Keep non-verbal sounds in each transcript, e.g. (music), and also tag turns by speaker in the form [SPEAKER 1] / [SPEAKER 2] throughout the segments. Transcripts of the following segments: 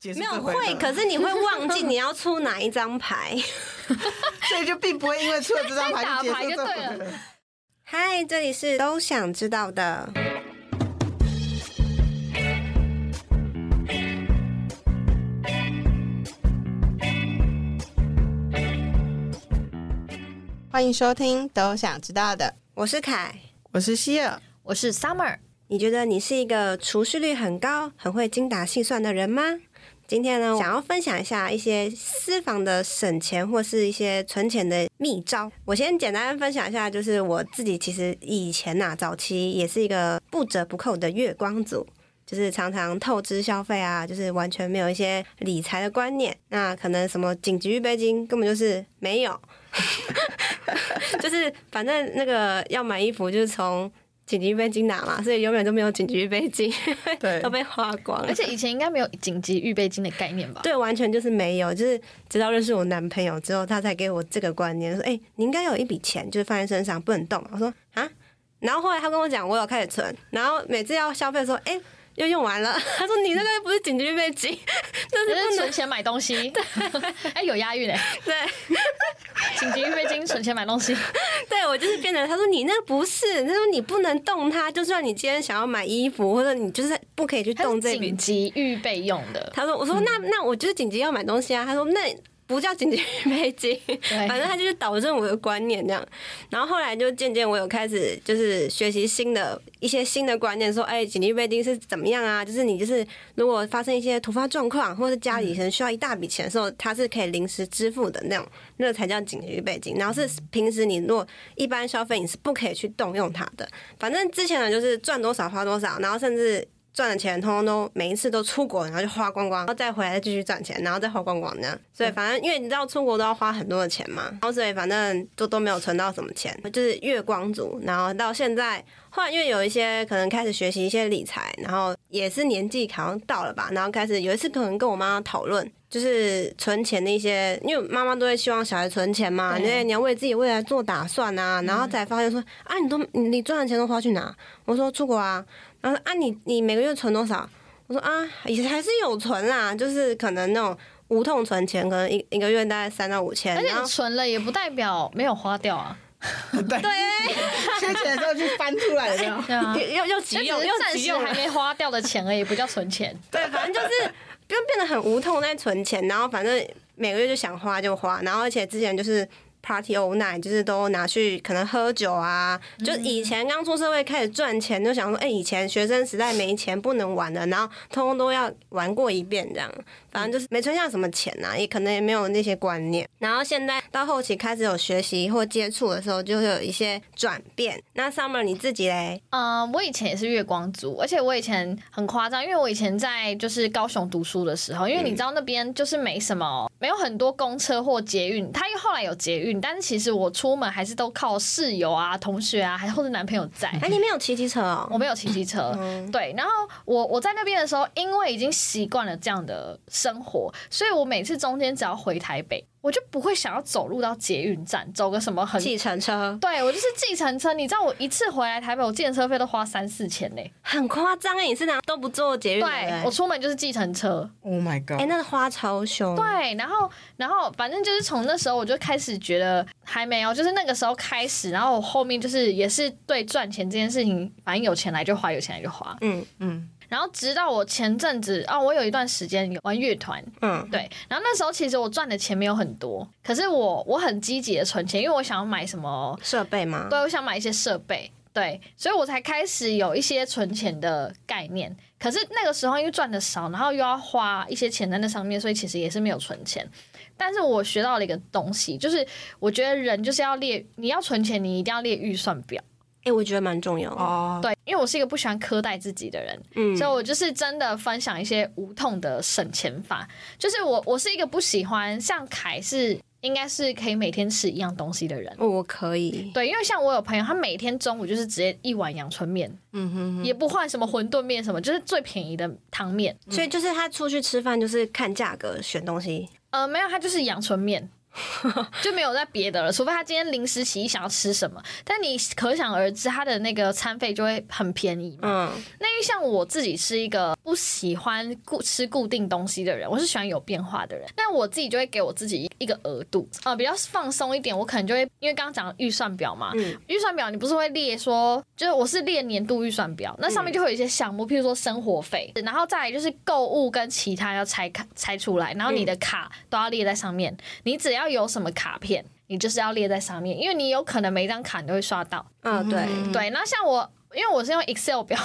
[SPEAKER 1] 解释
[SPEAKER 2] 没
[SPEAKER 1] 这
[SPEAKER 2] 有
[SPEAKER 1] 回
[SPEAKER 2] 会，
[SPEAKER 1] 合
[SPEAKER 2] 可是你会忘记你要出哪一张 (laughs) 牌。
[SPEAKER 1] 所以就并不会因为出了这张牌
[SPEAKER 3] 打
[SPEAKER 1] 就
[SPEAKER 3] 牌
[SPEAKER 1] 结束这
[SPEAKER 3] 就对
[SPEAKER 1] 回
[SPEAKER 3] 了
[SPEAKER 1] 合。
[SPEAKER 2] 嗨，这里是都想知道的。
[SPEAKER 4] 欢迎收听《都想知道的》，
[SPEAKER 2] 我是凯，
[SPEAKER 1] 我是希尔，
[SPEAKER 3] 我
[SPEAKER 2] (laughs)
[SPEAKER 3] 是 Summer，
[SPEAKER 2] 你觉得你是一个储蓄率很高、很会精打细算的人吗？今天呢，想要分享一下一些私房的省钱或是一些存钱的秘招。我先简单分享一下，就是我自己其实以前呐、早期也是一个不折不扣的月光族。就是常常透支消费啊，就是完全没有一些理财的观念。那可能什么紧急预备金根本就是没有， (laughs) 就是反正那个要买衣服就是从紧急预备金拿嘛，所以永远都没有紧急预备金，
[SPEAKER 1] 对
[SPEAKER 2] (laughs) 都，被花光了。
[SPEAKER 3] 而且以前应该没有紧急预备金的概念吧？
[SPEAKER 2] 对，完全就是没有，就是直到认识我男朋友之后，他才给我这个观念，说：“哎、你应该有一笔钱，就是放在身上不能动嘛。”我说：“啊。”然后后来他跟我讲，我有开始存，然后每次要消费的时候，哎、又用完了。 (laughs) 他说：“你那个不是紧急预备金， (laughs)
[SPEAKER 3] 只是存钱买东西，哎、有押韵哎、
[SPEAKER 2] 对
[SPEAKER 3] 紧急预备金存钱买
[SPEAKER 2] (laughs)
[SPEAKER 3] 东西，
[SPEAKER 2] 对，我就是变成他说你那不是，他说你不能动它，就算你今天想要买衣服，或者你就是不可以去
[SPEAKER 3] 它
[SPEAKER 2] 动
[SPEAKER 3] 是
[SPEAKER 2] 这笔
[SPEAKER 3] 紧急嗯预备用的。
[SPEAKER 2] 他说：“我说那那我就是紧急要买东西啊。”他说：“那不叫紧急预备金，
[SPEAKER 3] 对
[SPEAKER 2] 反正他就是导正我的观念这样。”然后后来就渐渐我有开始就是学习新的一些新的观念，说：“哎，紧急预备金是怎么样啊？就是你就是如果发生一些突发状况，或者是家里可能需要一大笔钱的时候，它是可以临时支付的那种，那才叫紧急预备金。然后是平时你如果一般消费，你是不可以去动用它的。反正之前呢，就是赚多少花多少，然后甚至赚的钱通通都每一次都出国，然后就花光光，然后再回来再继续赚钱，然后再花光光这样。所以反正因为你知道出国都要花很多的钱嘛，然后所以反正就都没有存到什么钱，就是月光族。然后到现在，后来因为有一些可能开始学习一些理财，然后也是年纪好像到了吧，然后开始有一次可能跟我妈讨论。就是存钱的一些，因为妈妈都会希望小孩存钱嘛，
[SPEAKER 3] 对嗯
[SPEAKER 2] 因为你要为自己未来做打算啊，然后才发现说、啊，你都你你赚的钱都花去哪？我说出国啊，然后说啊你你每个月存多少？我说啊也还是有存啦，就是可能那种无痛存钱，可能一一个月大概三到五千
[SPEAKER 3] 而，且
[SPEAKER 2] 然后
[SPEAKER 3] 你存了也不代表没有花掉啊，
[SPEAKER 1] 对，缺钱的时候去翻出来的。
[SPEAKER 3] 对
[SPEAKER 2] (laughs)
[SPEAKER 3] 啊，
[SPEAKER 2] 又又又
[SPEAKER 3] 就
[SPEAKER 2] 急
[SPEAKER 3] 只
[SPEAKER 2] 用
[SPEAKER 3] 是
[SPEAKER 2] 又
[SPEAKER 3] 暂
[SPEAKER 2] 急
[SPEAKER 3] 时
[SPEAKER 2] 用
[SPEAKER 3] 还，没花掉的钱而已，不叫存钱。
[SPEAKER 2] 对，反正就是就变得很无痛在存钱，然后反正每个月就想花就花，然后而且之前就是。Party all night，就是都拿去可能喝酒啊，就以前刚出社会开始赚钱，就想说，哎、以前学生时代没钱不能玩的，然后通通都要玩过一遍这样。反正就是没存下什么钱呐、也可能也没有那些观念。然后现在到后期开始有学习或接触的时候，就会有一些转变。那 Summer 你自己嘞？
[SPEAKER 3] 嗯，我以前也是月光族，而且我以前很夸张，因为我以前在就是高雄读书的时候，因为你知道那边就是没什么，没有很多公车或捷运，它后来有捷运，但是其实我出门还是都靠室友啊、同学啊，还或者男朋友在。
[SPEAKER 2] 哎、你没有骑机车哦？
[SPEAKER 3] 我没有骑机车，对。然后我我在那边的时候，因为已经习惯了这样的生活，所以我每次中间只要回台北，我就不会想要走路到捷运站，走个什么很
[SPEAKER 2] 计程车
[SPEAKER 3] 对我就是计程车，你知道我一次回来台北，我计程车费都花三四千呢、
[SPEAKER 2] 很夸张哎，你是拿都不坐捷运的人
[SPEAKER 3] 对
[SPEAKER 2] 欸？
[SPEAKER 3] 我出门就是计程车，
[SPEAKER 1] Oh my
[SPEAKER 2] 哎、
[SPEAKER 1] god！
[SPEAKER 2] 那个花超凶。
[SPEAKER 3] 对，然后然后反正就是从那时候我就开始觉得还没有，就是那个时候开始，然后我后面就是也是对赚钱这件事情，反正有钱来就花，有钱来就花。
[SPEAKER 2] 嗯
[SPEAKER 1] 嗯，
[SPEAKER 3] 然后直到我前阵子哦，我有一段时间有玩乐团，
[SPEAKER 2] 嗯，
[SPEAKER 3] 对，然后那时候其实我赚的钱没有很多，可是我我很积极的存钱，因为我想要买什么
[SPEAKER 2] 设备吗？
[SPEAKER 3] 对，我想买一些设备，对，所以我才开始有一些存钱的概念。可是那个时候因为赚的少，然后又要花一些钱在那上面，所以其实也是没有存钱。但是我学到了一个东西，就是我觉得人就是要列，你要存钱，你一定要列预算表。
[SPEAKER 2] 哎、我觉得蛮重要的。
[SPEAKER 1] 哦，
[SPEAKER 3] 对，因为我是一个不喜欢苛待自己的人，
[SPEAKER 2] 嗯
[SPEAKER 3] 所以我就是真的分享一些无痛的省钱法。就是我，我是一个不喜欢像凯是应该是可以每天吃一样东西的人，
[SPEAKER 2] 哦我可以。
[SPEAKER 3] 对，因为像我有朋友，他每天中午就是直接一碗阳春面，
[SPEAKER 1] 嗯哼哼，
[SPEAKER 3] 也不换什么馄饨面什么，就是最便宜的汤面。
[SPEAKER 2] 所以就是他出去吃饭就是看价格选东西，
[SPEAKER 1] (laughs)
[SPEAKER 3] 呃，没有，他就是阳春面，就没有在别的了，除非他今天临时起意想要吃什么，但你可想而知他的那个餐费就会很便宜嘛。
[SPEAKER 2] 嗯，
[SPEAKER 3] 那因为像我自己是一个不喜欢固吃固定东西的人，我是喜欢有变化的人。那我自己就会给我自己一个额度，呃，比较放松一点。我可能就会因为刚刚讲预算表嘛，
[SPEAKER 2] 嗯
[SPEAKER 3] 预算表你不是会列说，就是我是列年度预算表，那上面就会有一些项目，譬如说生活费，然后再来就是购物跟其他要拆开拆出来，然后
[SPEAKER 2] 嗯
[SPEAKER 3] 你的卡都要列在上面。你只要有什么卡片，你就是要列在上面，因为你有可能每一张卡你都会刷到。
[SPEAKER 2] 嗯，对，
[SPEAKER 3] 对，那像我。因为我是用 Excel 表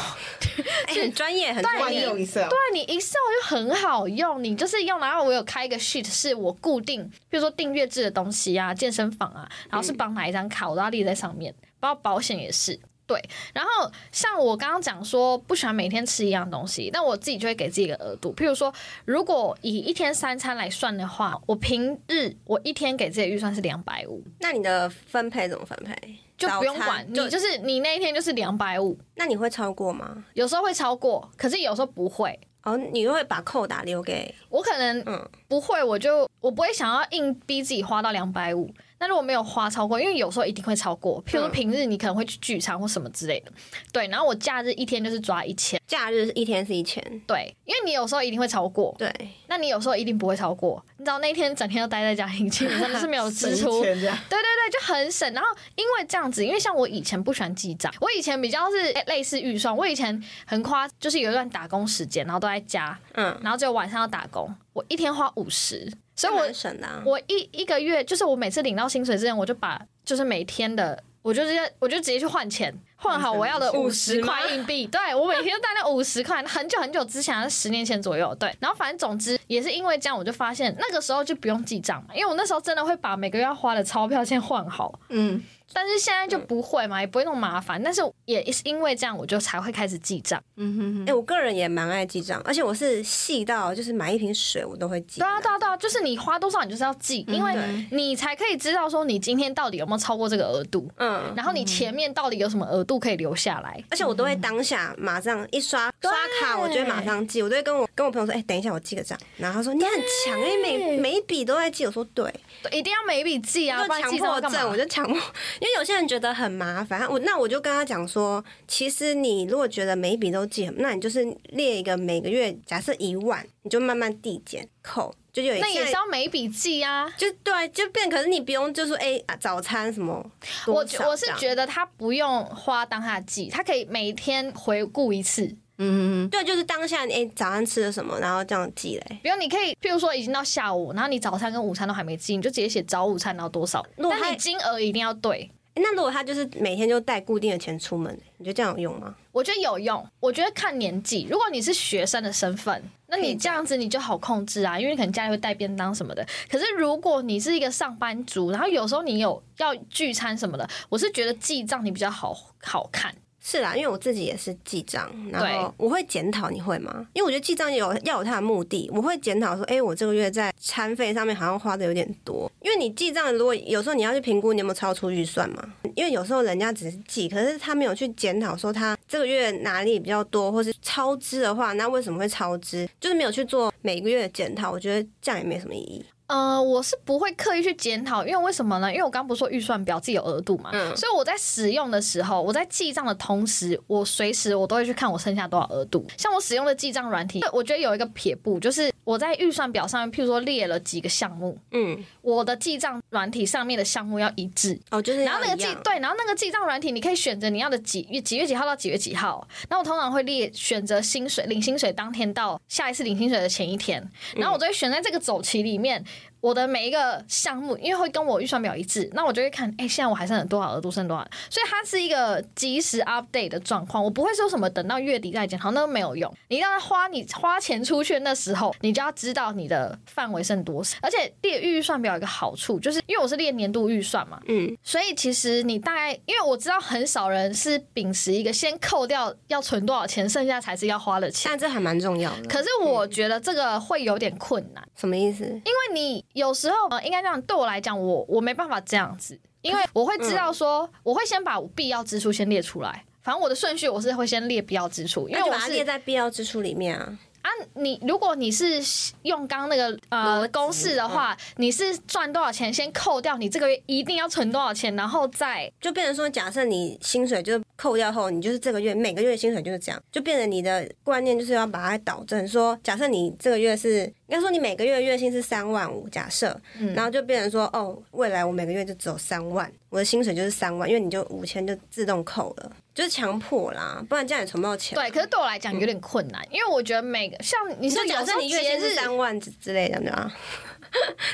[SPEAKER 2] 哎很专业，很
[SPEAKER 3] 对
[SPEAKER 2] 专
[SPEAKER 1] 万
[SPEAKER 2] 业。
[SPEAKER 1] 用一次哦。
[SPEAKER 3] 对你 Excel 就很好用，你就是用。然后我有开一个 sheet，是我固定，比如说订阅制的东西啊，健身房啊，然后是绑哪一张卡，我都要列在上面，包括保险也是。对，然后像我刚刚讲说不喜欢每天吃一样东西，但我自己就会给自己一个额度。譬如说，如果以一天三餐来算的话，我平日我一天给自己的预算是两百五，
[SPEAKER 2] 那你的分配怎么分配？
[SPEAKER 3] 就不用
[SPEAKER 2] 早餐
[SPEAKER 3] 管，你
[SPEAKER 2] 就
[SPEAKER 3] 就是你那一天就是两百五，
[SPEAKER 2] 那你会超过吗？
[SPEAKER 3] 有时候会超过，可是有时候不会。
[SPEAKER 2] 哦，你会把扣打留给
[SPEAKER 3] 我可能
[SPEAKER 2] 嗯
[SPEAKER 3] 不会，我就我不会想要硬逼自己花到两百五。那如果没有花超过，因为有时候一定会超过，譬如说
[SPEAKER 2] 嗯
[SPEAKER 3] 平日你可能会去剧场或什么之类的，对。然后我假日一天就是抓一千，
[SPEAKER 2] 假日一天是一千，
[SPEAKER 3] 对，因为你有时候一定会超过，
[SPEAKER 2] 对，
[SPEAKER 3] 那你有时候一定不会超过。你知道那一天整天都待在家里，基本上就是没有支
[SPEAKER 1] 省
[SPEAKER 2] (laughs)
[SPEAKER 3] 出
[SPEAKER 1] 一，千这样，
[SPEAKER 3] 对对对，就很省。然后因为这样子，因为像我以前不喜欢记账，我以前比较是类似预算，我以前很夸，就是有一段打工时间，然后都在家，
[SPEAKER 2] 嗯，
[SPEAKER 3] 然后只有晚上要打工，我一天花五十，所
[SPEAKER 2] 这
[SPEAKER 3] 以我
[SPEAKER 2] 蛮省的、啊。
[SPEAKER 3] 我一一个月就是我每次领到薪水之前，我就把就是每天的，我就直接我就直接去换钱，换好我要的五十
[SPEAKER 2] 50吗
[SPEAKER 3] 块硬币。对我每天都带那五十块，很久很久之前，十年前左右。对，然后反正总之也是因为这样，我就发现那个时候就不用记账嘛，因为我那时候真的会把每个月要花的钞票先换好。
[SPEAKER 4] 嗯，
[SPEAKER 3] 但是现在就不会嘛，也不会那么麻烦。但是也是因为这样，我就才会开始记账。
[SPEAKER 4] 嗯
[SPEAKER 2] 哎、我个人也蛮爱记账，而且我是细到就是买一瓶水我都会记。
[SPEAKER 3] 对啊，对啊，对啊，就是你花多少，你就是要记，因为
[SPEAKER 2] 对
[SPEAKER 3] 你才可以知道说你今天到底有没有超过这个额度。
[SPEAKER 2] 嗯，
[SPEAKER 3] 然后你前面到底有什么额度可以留下来？
[SPEAKER 2] 而且我都
[SPEAKER 3] 嗯
[SPEAKER 2] 会当下马上一刷刷卡，我就会马上记，我都会跟我跟我朋友说，哎、等一下我记个账，然后他说你很强，哎，每每一笔都在记，我说对，
[SPEAKER 3] 对一定要每一笔记啊，
[SPEAKER 2] 就
[SPEAKER 3] 不然
[SPEAKER 2] 强
[SPEAKER 3] 记账要
[SPEAKER 2] 迫
[SPEAKER 3] 干嘛
[SPEAKER 2] 症，我就强迫，因为有些人觉得很麻烦，我那我就跟他讲说，其实你如果觉得每一笔都记很，那你就是列一个每个月假设一万，你就慢慢递减扣，就有一
[SPEAKER 3] 那也是
[SPEAKER 2] 些。
[SPEAKER 3] 要每一笔记啊。
[SPEAKER 2] 就对，就变，可是你不用就说哎、啊早餐什么
[SPEAKER 3] 我
[SPEAKER 2] 多少
[SPEAKER 3] 我是
[SPEAKER 2] 这样
[SPEAKER 3] 觉得他不用花当下记，他可以每天回顾一次。
[SPEAKER 4] 嗯，
[SPEAKER 2] 对，就是当下哎、早上吃了什么，然后这样记嘞、
[SPEAKER 3] 比如你可以，譬如说已经到下午，然后你早餐跟午餐都还没记，你就直接写早午餐然后多少，
[SPEAKER 2] 如果
[SPEAKER 3] 但
[SPEAKER 2] 他
[SPEAKER 3] 你金额一定要对。
[SPEAKER 2] 欸那如果他就是每天就带固定的钱出门，你觉得这样有用吗？
[SPEAKER 3] 我觉得有用，我觉得看年纪。如果你是学生的身份，那你这样子你就好控制啊，因为你可能家里会带便当什么的。可是如果你是一个上班族，然后有时候你有要聚餐什么的，我是觉得记账你比较好好看。
[SPEAKER 2] 是啦，因为我自己也是记账，然后我会检讨，你会吗？因为我觉得记账有要有它的目的，我会检讨说，哎、我这个月在餐费上面好像花的有点多。因为你记账，如果有时候你要去评估你有没有超出预算嘛，因为有时候人家只是记，可是他没有去检讨说他这个月哪里比较多，或是超支的话，那为什么会超支？就是没有去做每个月的检讨，我觉得这样也没什么意义。
[SPEAKER 3] 呃，我是不会刻意去检讨，因为为什么呢？因为我刚不是说预算表自己有额度嘛，
[SPEAKER 2] 嗯
[SPEAKER 3] 所以我在使用的时候，我在记账的同时，我随时我都会去看我剩下多少额度。像我使用的记账软体，我觉得有一个撇步，就是我在预算表上面，譬如说列了几个项目，
[SPEAKER 2] 嗯，
[SPEAKER 3] 我的记账软体上面的项目要一致。
[SPEAKER 2] 哦，就是
[SPEAKER 3] 然后那
[SPEAKER 2] 要
[SPEAKER 3] 个
[SPEAKER 2] 一
[SPEAKER 3] 记
[SPEAKER 2] 样
[SPEAKER 3] 对，然后那个记账软体，你可以选择你要的几月几月几号到几月几号。然后我通常会列选择薪水领薪水当天到下一次领薪水的前一天，
[SPEAKER 2] 嗯
[SPEAKER 3] 然后我就会选在这个走期里面，我的每一个项目，因为会跟我预算表一致，那我就会看，哎，现在我还剩多少额度，剩多少，所以它是一个及时 update 的状况。我不会说什么等到月底再检讨，那个没有用。你让他花你花钱出去的那时候，你就要知道你的范围剩多少。而且列预算表有一个好处，就是因为我是列年度预算嘛，
[SPEAKER 2] 嗯，
[SPEAKER 3] 所以其实你大概，因为我知道很少人是秉持一个先扣掉要存多少钱，剩下才是要花的钱。
[SPEAKER 2] 但这还蛮重要的。
[SPEAKER 3] 可是我觉得这个会有点困难，
[SPEAKER 2] 什么意思？
[SPEAKER 3] 因为你有时候呃，应该这样，对我来讲，我我没办法这样子，因为我会知道说，
[SPEAKER 2] 嗯
[SPEAKER 3] 我会先把必要支出先列出来。反正我的顺序我是会先列必要支出，因
[SPEAKER 2] 那
[SPEAKER 3] 为
[SPEAKER 2] 就
[SPEAKER 3] 我
[SPEAKER 2] 把它
[SPEAKER 3] 是
[SPEAKER 2] 列在必要支出里面啊。
[SPEAKER 3] 啊，你如果你是用刚刚那个
[SPEAKER 2] 逻
[SPEAKER 3] 呃
[SPEAKER 2] 辑嗯
[SPEAKER 3] 公式的话，你是赚多少钱先扣掉你这个月一定要存多少钱，然后再
[SPEAKER 2] 就变成说，假设你薪水就是扣掉后，你就是这个月每个月的薪水就是这样，就变成你的观念就是要把它导正。说，假设你这个月是应该说你每个月的月薪是三万五，假设，
[SPEAKER 3] 嗯
[SPEAKER 2] 然后就变成说，哦，未来我每个月就只有三万，我的薪水就是三万，因为你就五千就自动扣了，就是强迫啦，不然这样也存不到钱。啊
[SPEAKER 3] 对。可是对我来讲有点困难，因为我觉得每个像你
[SPEAKER 2] 你
[SPEAKER 3] 说
[SPEAKER 2] 说假
[SPEAKER 3] 有时
[SPEAKER 2] 设
[SPEAKER 3] 候
[SPEAKER 2] 你月薪
[SPEAKER 3] 节
[SPEAKER 2] 是
[SPEAKER 3] 日
[SPEAKER 2] 三万之之类的呢？ (laughs)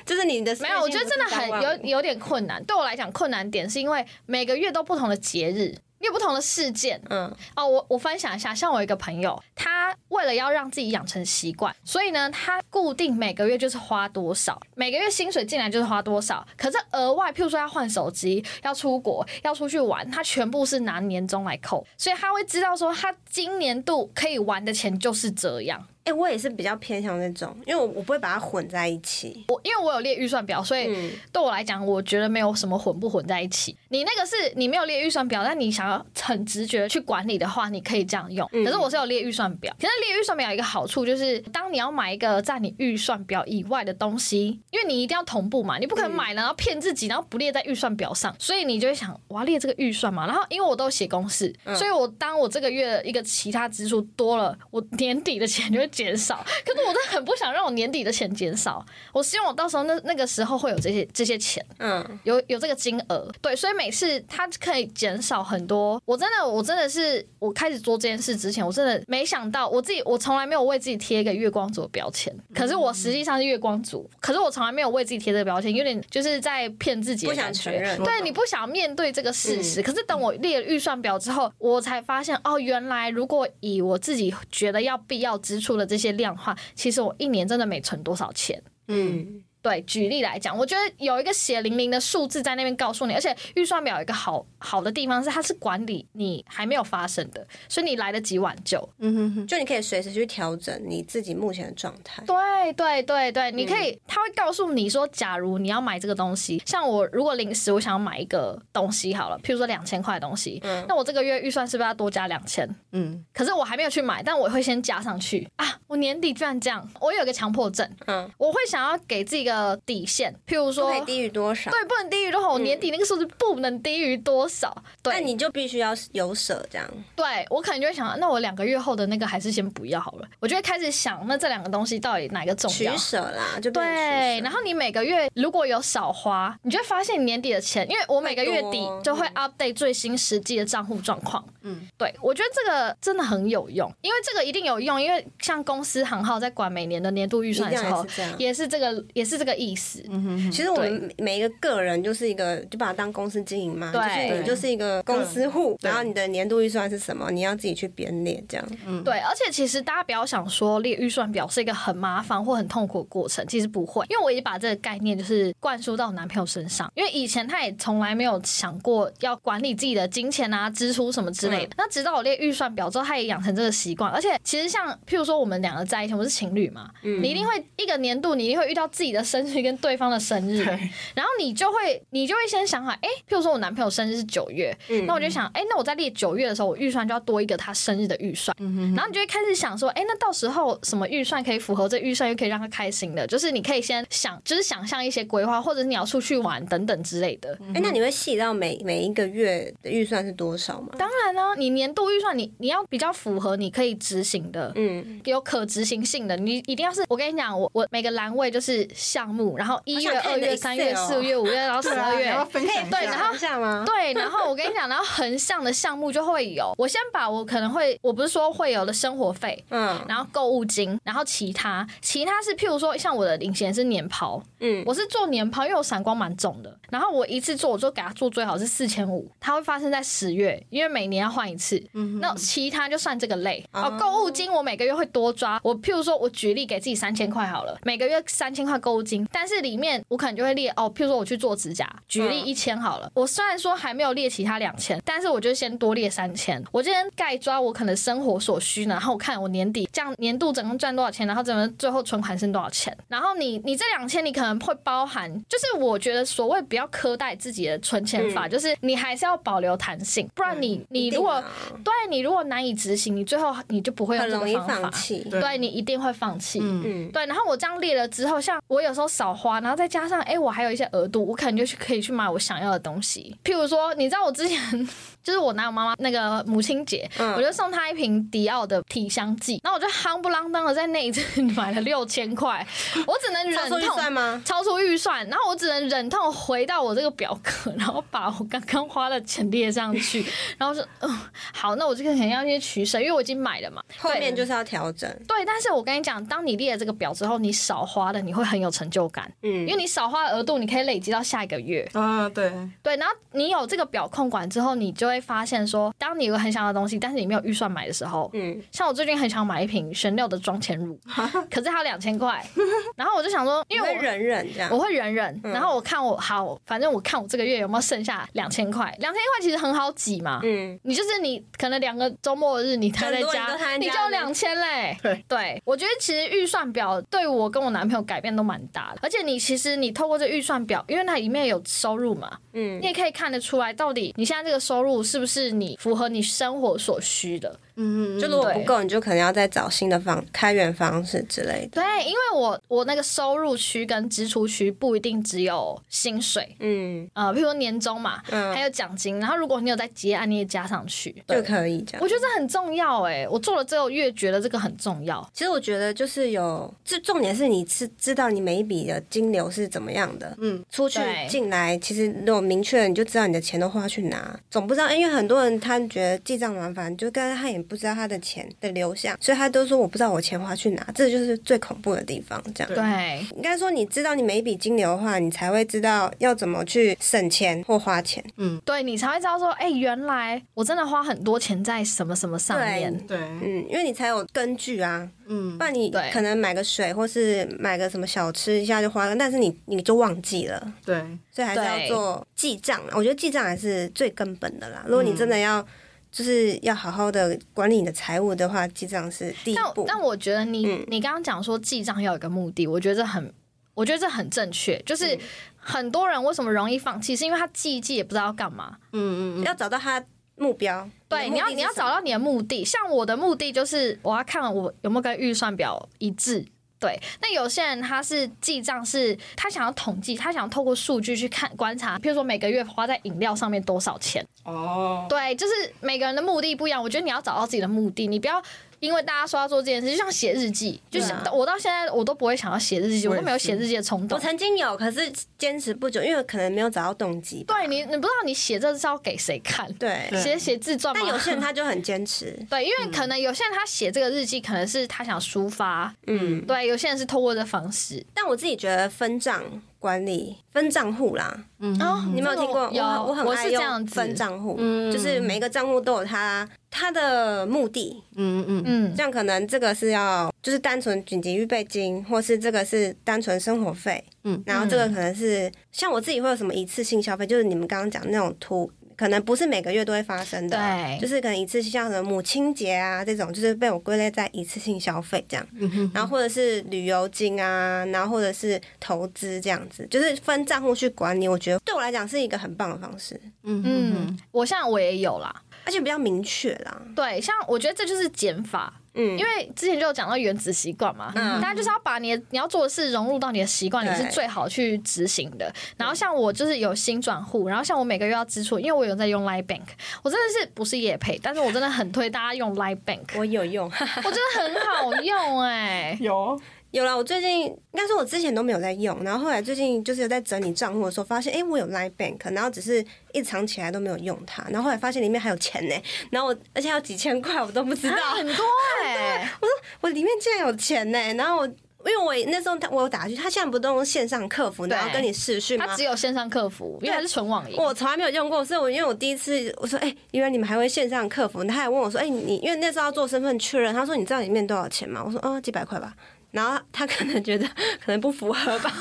[SPEAKER 2] 就是你的
[SPEAKER 3] 没有，我觉得真的很有有点困难。对我来讲，困难点是因为每个月都不同的节日，也有不同的事件。
[SPEAKER 2] 嗯
[SPEAKER 3] 哦，我我分享一下，像我有一个朋友，他为了要让自己养成习惯，所以呢，他固定每个月就是花多少，每个月薪水进来就是花多少。可是额外，譬如说要换手机、要出国、要出去玩，他全部是拿年终来扣，所以他会知道说，他今年度可以玩的钱就是这样。
[SPEAKER 2] 哎、我也是比较偏向那种，因为我我不会把它混在一起。
[SPEAKER 3] 我因为我有列预算表，所以
[SPEAKER 2] 嗯，
[SPEAKER 3] 对我来讲，我觉得没有什么混不混在一起。你那个是你没有列预算表，但你想要很直觉地去管理的话，你可以这样用。
[SPEAKER 2] 嗯
[SPEAKER 3] 可是我是有列预算表，可是列预算表有一个好处就是，当你要买一个在你预算表以外的东西，因为你一定要同步嘛，你不可
[SPEAKER 2] 嗯
[SPEAKER 3] 能买了然后骗自己，然后不列在预算表上，所以你就会想我要列这个预算嘛。然后因为我都有写公式，
[SPEAKER 2] 嗯
[SPEAKER 3] 所以我当我这个月一个其他支出多了，我年底的钱就会减少。可是我真的很不想让我年底的钱减少，我希望我到时候那那个时候会有这些这些钱，
[SPEAKER 2] 嗯，
[SPEAKER 3] 有有这个金额，对，所以每次它可以减少很多。我真的，我真的是，我开始做这件事之前，我真的没想到，我自己，我从来没有为自己贴一个月光族的标签，可是我实际上是月光族，可是我从来没有为自己贴这个标签，有点就是在骗自己的
[SPEAKER 2] 不想
[SPEAKER 3] 感觉
[SPEAKER 2] 承认嗯
[SPEAKER 3] 对你不想面对这个事实。可是等我列了预算表之后，我才发现，哦，原来如果以我自己觉得要必要支出的这些量化，其实我一年真的没存多少钱。
[SPEAKER 2] 嗯，
[SPEAKER 3] 对，举例来讲，我觉得有一个血淋淋的数字在那边告诉你，而且预算表有一个好好的地方是，它是管理你还没有发生的，所以你来得及挽救。
[SPEAKER 4] 嗯哼哼，
[SPEAKER 2] 就你可以随时去调整你自己目前的状态。
[SPEAKER 3] 对对对对，你可以，他会告诉你说，假如你要买这个东西，像我如果临时我想要买一个东西好了，譬如说两千块的东西，那我这个月预算是不是要多加两千？
[SPEAKER 4] 嗯，
[SPEAKER 3] 可是我还没有去买，但我会先加上去啊！我年底居然这样，我有一个强迫症，
[SPEAKER 2] 嗯，
[SPEAKER 3] 我会想要给自己一个底线，譬如
[SPEAKER 2] 不
[SPEAKER 3] 说
[SPEAKER 2] 可以低于多少？
[SPEAKER 3] 对，不能低于多少。我年底那个数字不能低于多少。
[SPEAKER 2] 嗯那
[SPEAKER 3] 对，
[SPEAKER 2] 你就必须要有舍这样。
[SPEAKER 3] 对我可能就会想，那我两个月后的那个还是先不要好了。我就会开始想，那这两个东西到底哪个重
[SPEAKER 2] 取
[SPEAKER 3] 要？
[SPEAKER 2] 舍啦，就变成取
[SPEAKER 3] 对，
[SPEAKER 2] 舍
[SPEAKER 3] 然后你每个月如果有少花，你就会发现你年底的钱，因为我每个月
[SPEAKER 2] 会
[SPEAKER 3] 底
[SPEAKER 2] 多嗯
[SPEAKER 3] 就会 update 最新实际的账户状况。
[SPEAKER 4] 嗯
[SPEAKER 3] 嗯，对，我觉得这个真的很有用，因为这个一定有用，因为像公司行号在管每年的年度预算的时
[SPEAKER 2] 一
[SPEAKER 3] 候
[SPEAKER 2] 定也是这，样
[SPEAKER 3] 也是这个，也是这个意思。
[SPEAKER 2] 其实我们每一个个人就是一个，就把它当公司经营嘛，就是
[SPEAKER 3] 对嗯
[SPEAKER 2] 你就是一个公司户，
[SPEAKER 4] 对
[SPEAKER 2] 然后你的年度预算是什么，你要自己去编列这样。
[SPEAKER 3] 对，而且其实大家不要想说列预算表是一个很麻烦或很痛苦的过程，其实不会，因为我已经把这个概念就是灌输到我男朋友身上，因为以前他也从来没有想过要管理自己的金钱啊、支出什么之类的。那直到我列预算表之后，他也养成这个习惯。而且其实像譬如说我们两个在一起，我们是情侣嘛，你一定会一个年度，你一定会遇到自己的生日跟对方的生日，然后你就会你就会先想好，哎、譬如说我男朋友生日是九月，
[SPEAKER 2] 嗯
[SPEAKER 3] 那我就想，哎、那我在列九月的时候，我预算就要多一个他生日的预算。
[SPEAKER 2] 嗯
[SPEAKER 3] 然后你就会开始想说，哎、那到时候什么预算可以符合这预算，又可以让他开心的，就是你可以先想，就是想象一些规划，或者是你要出去玩等等之类的。
[SPEAKER 2] 哎，那你会细到每每一个月的预算是多少吗？
[SPEAKER 3] 当然呢、你年度预算你你要比较符合你可以执行的。
[SPEAKER 2] 嗯，
[SPEAKER 3] 有可执行性的，你一定要是我跟你讲，我我每个栏位就是项目，然后一月、
[SPEAKER 2] 好想看
[SPEAKER 3] 二
[SPEAKER 2] 你的
[SPEAKER 3] 月、三月、
[SPEAKER 2] Excel 哦
[SPEAKER 3] 四月、五月，然后十
[SPEAKER 4] 对啊，
[SPEAKER 3] 二月，
[SPEAKER 4] 然后分享一下
[SPEAKER 3] 对然后
[SPEAKER 2] 一下吗？
[SPEAKER 3] 对，然后我跟你讲，然后横向的项目就会有，我先把我可能会，我不是说会有的生活费。
[SPEAKER 2] 嗯
[SPEAKER 3] 然后购物金，然后其他，其他是譬如说，像我的领衔是年抛，
[SPEAKER 2] 嗯，
[SPEAKER 3] 我是做年抛，因为我闪光蛮重的。然后我一次做，我就给他做最好是四千五，它会发生在十月，因为每年要换一次。
[SPEAKER 2] 嗯
[SPEAKER 3] 那其他就算这个类哦。购物金我每个月会多抓，我譬如说我举例给自己三千块好了，每个月三千块购物金，但是里面我可能就会列哦，譬如说我去做指甲，举例
[SPEAKER 2] 嗯
[SPEAKER 3] 一千好了。我虽然说还没有列其他两千，但是我就先多列三千。我今天盖抓我可能生活所需呢，然后我看我年底这样年度总共赚多少钱，然后怎么最后存款剩多少钱。然后你你这两千你可能会包含，就是我觉得所谓不要苛待自己的存钱法，
[SPEAKER 2] 嗯
[SPEAKER 3] 就是你还是要保留弹性，不然你、你
[SPEAKER 2] 一定
[SPEAKER 3] 如果
[SPEAKER 2] 啊
[SPEAKER 3] 对你如果难以执行，你最后你就不会用
[SPEAKER 2] 很
[SPEAKER 3] 这
[SPEAKER 2] 容
[SPEAKER 3] 个
[SPEAKER 2] 易
[SPEAKER 3] 方法
[SPEAKER 2] 放，弃。
[SPEAKER 1] 对
[SPEAKER 3] 对你一定会放弃。
[SPEAKER 4] 嗯，
[SPEAKER 2] 嗯，
[SPEAKER 3] 对，然后我这样列了之后，像我有时候少花，然后再加上哎、诶我还有一些额度，我可能就去可以去买我想要的东西。譬如说，你知道我之前就是我拿我妈妈那个母亲节，
[SPEAKER 2] 嗯
[SPEAKER 3] 我就送她一瓶迪奥的体香剂，然后我就夯不啷当的在那一次 (laughs) 买了六千块，我只能
[SPEAKER 2] 超
[SPEAKER 3] 忍
[SPEAKER 2] 出预
[SPEAKER 3] 痛。
[SPEAKER 2] 算吗？
[SPEAKER 3] 超出预算，然后我只能忍痛回到我这个表格， (laughs) 然后把我刚刚花的钱列上去， (laughs) 然后说，嗯，好，那我这个肯定要去取舍，因为我已经买了嘛。
[SPEAKER 2] 后面就是要调整。
[SPEAKER 3] 对，但是我跟你讲，当你列了这个表之后，你少花的你会很有成就感，
[SPEAKER 2] 嗯，
[SPEAKER 3] 因为你少花的额度你可以累积到下一个月。
[SPEAKER 1] 啊，对，
[SPEAKER 3] 对，然后你有这个表控管之后，你就会发现说，当你有个很想要的东西，但是你没有预算买的时候。
[SPEAKER 2] 嗯，
[SPEAKER 3] 像我最近很想买一瓶玄六的妆前
[SPEAKER 2] (laughs)
[SPEAKER 3] 乳，可是它两千块，然后我就想说，因
[SPEAKER 2] 因为
[SPEAKER 3] 为
[SPEAKER 2] 忍忍这样
[SPEAKER 3] 我我。会忍忍，
[SPEAKER 2] 嗯
[SPEAKER 3] 然后我看我好，反正我看我这个月有没有剩下两千块，两千块其实很好挤嘛，
[SPEAKER 2] 嗯，
[SPEAKER 3] 你就是你，可能两个周末日你待在
[SPEAKER 2] 很多人
[SPEAKER 3] 家
[SPEAKER 2] 都待在，家
[SPEAKER 3] 你就两千嘞。
[SPEAKER 1] 对
[SPEAKER 3] 我觉得其实预算表对我跟我男朋友改变都蛮大的，而且你其实你透过这预算表，因为它里面有收入嘛，
[SPEAKER 2] 嗯
[SPEAKER 3] 你也可以看得出来，到底你现在这个收入是不是你符合你生活所需的。
[SPEAKER 4] 嗯，
[SPEAKER 2] 就如果
[SPEAKER 3] 对
[SPEAKER 2] 不够，你就可能要再找新的方开源方式之类的。
[SPEAKER 3] 对，因为我我那个收入区跟支出区不一定只有薪水，
[SPEAKER 2] 嗯
[SPEAKER 3] 呃，譬如说年终嘛，
[SPEAKER 2] 嗯
[SPEAKER 3] 还，有奖金，然后如果你有在结案，你也加上去。
[SPEAKER 2] 就可以这样
[SPEAKER 3] 我。觉得这很重要哎、我做了之后越觉得这个很重要。
[SPEAKER 2] 其实我觉得就是有，这重点是你是知道你每一笔的金流是怎么样的，
[SPEAKER 4] 嗯，
[SPEAKER 2] 出去
[SPEAKER 3] 对
[SPEAKER 2] 进来，其实如果明确了，你就知道你的钱都花去哪，总不知道，因为很多人他觉得记账麻烦，就跟他也不知道他的钱的流向，所以他都说我不知道我钱花去哪，这就是最恐怖的地方。这样
[SPEAKER 1] 对
[SPEAKER 3] 对，
[SPEAKER 2] 应该说，你知道你每一笔金流的话，你才会知道要怎么去省钱或花钱。
[SPEAKER 3] 对你才会知道说，哎、原来我真的花很多钱在什么什么上面。
[SPEAKER 1] 对，
[SPEAKER 2] 嗯，因为你才有根据啊，
[SPEAKER 4] 嗯
[SPEAKER 2] 不然你
[SPEAKER 3] 对
[SPEAKER 2] 可能买个水或是买个什么小吃一下就花了，但是你你就忘记了。
[SPEAKER 1] 对，
[SPEAKER 2] 所以还是
[SPEAKER 3] 对
[SPEAKER 2] 要做记账啊。我觉得记账还是最根本的
[SPEAKER 3] 嗯
[SPEAKER 2] 啦。如果你真的要、就是要好好的管理你的财务的话，记账是第一
[SPEAKER 3] 但
[SPEAKER 2] 步。
[SPEAKER 3] 但我觉得你、
[SPEAKER 2] 嗯
[SPEAKER 3] 你刚刚讲说记账要有一个目的，我觉得这很。我觉得这很正确，
[SPEAKER 2] 嗯
[SPEAKER 3] 就是很多人为什么容易放弃，是因为他记一记也不知道要干嘛。
[SPEAKER 4] 嗯嗯
[SPEAKER 2] 要找到他目标，
[SPEAKER 3] 对，你
[SPEAKER 2] 的
[SPEAKER 3] 要
[SPEAKER 2] 目的
[SPEAKER 3] 你要
[SPEAKER 2] 是什么
[SPEAKER 3] 找到你的目的。像我的目的就是我要看我有没有跟预算表一致。对，那有些人他是记账，是他想要统计，他想透过数据去看观察，譬如说每个月花在饮料上面多少钱。
[SPEAKER 1] 哦，
[SPEAKER 3] 对，就是每个人的目的不一样。我觉得你要找到自己的目的，你不要因为大家说要做这件事，就像写日记，就是、
[SPEAKER 2] 对啊
[SPEAKER 3] 我到现在我都不会想要写日记，我
[SPEAKER 1] 我也
[SPEAKER 3] 都没有
[SPEAKER 1] 是
[SPEAKER 3] 写日记的冲
[SPEAKER 2] 我
[SPEAKER 3] 动。
[SPEAKER 2] 曾经有，可是坚持不久，因为可能没有找到动机吧。
[SPEAKER 3] 对你，你不知道你写这是要给谁看，
[SPEAKER 2] 对，
[SPEAKER 1] 对
[SPEAKER 3] 写写自传吗？。
[SPEAKER 2] 但有些人他就很坚持
[SPEAKER 3] (laughs) 对，因为可能有些人他写这个日记，可能是他想抒发，
[SPEAKER 2] 嗯，
[SPEAKER 3] 对，有些人是透过这方式。
[SPEAKER 2] 但我自己觉得分账管理、分账户啦，
[SPEAKER 4] 嗯，
[SPEAKER 3] 哦
[SPEAKER 2] 你没有听过？
[SPEAKER 3] 有，
[SPEAKER 2] 我我很
[SPEAKER 3] 我
[SPEAKER 2] 爱
[SPEAKER 3] 是这样
[SPEAKER 2] 用
[SPEAKER 3] 子
[SPEAKER 2] 分。账户，
[SPEAKER 4] 嗯
[SPEAKER 2] 就是每一个账户都有它它的目的，
[SPEAKER 4] 嗯嗯嗯，
[SPEAKER 3] 嗯
[SPEAKER 2] 这，样可能这个是要就是单纯紧急预备金，或是这个是单纯生活费，
[SPEAKER 4] 嗯
[SPEAKER 2] 然后这个可能是像我自己会有什么一次性消费，就是你们刚刚讲那种图，可能不是每个月都会发生的，
[SPEAKER 3] 对
[SPEAKER 2] 就是可能一次性像什么母亲节啊这种，就是被我归类在一次性消费这样，
[SPEAKER 4] 嗯
[SPEAKER 2] 然后或者是旅游金啊，然后或者是投资这样子，就是分账户去管理，我觉得对我来讲是一个很棒的方式，
[SPEAKER 4] 嗯
[SPEAKER 3] 嗯，我像我也有啦，
[SPEAKER 2] 而且比较明确啦，
[SPEAKER 3] 对，像我觉得这就是减法，
[SPEAKER 2] 嗯，
[SPEAKER 3] 因为之前就有讲到原子习惯嘛，
[SPEAKER 2] 嗯
[SPEAKER 3] 大家就是要把你的你要做的事融入到你的习惯，你
[SPEAKER 2] 对
[SPEAKER 3] 是最好去执行的。然后像我就是有新转户，然后像我每个月要支出，因为我有在用 Line Bank，我真的是不是也配，但是我真的很推大家用 Line
[SPEAKER 2] (laughs)
[SPEAKER 3] Bank，
[SPEAKER 2] 我有用。
[SPEAKER 3] 我真的很好用哎、
[SPEAKER 2] (laughs)
[SPEAKER 1] 有，
[SPEAKER 2] 有啦，我最近应该说，我之前都没有在用，然后后来最近就是有在整理账户的时候，发现哎、诶我有 Line Bank，然后只是一直藏起来都没有用它，然后后来发现里面还有钱呢、然后我 (laughs) 而且还有几千块，我都不知道，
[SPEAKER 3] 很多
[SPEAKER 2] 啊
[SPEAKER 3] 哎、
[SPEAKER 2] (laughs) 我里面竟然有钱呢、然后我因为我那时候他我有打去，他现在不都用线上客服，然后
[SPEAKER 3] 对
[SPEAKER 2] 跟你视讯吗
[SPEAKER 3] 它只？有线上客服，因为它是纯网银。
[SPEAKER 2] 我从来没有用过，所以我因为我第一次我说，哎、原来你们还会线上客服，他还问我说，哎、你因为那时候要做身份确认，他说你知道里面多少钱吗？我说，哦，几百块吧。然后他可能觉得可能不符合吧，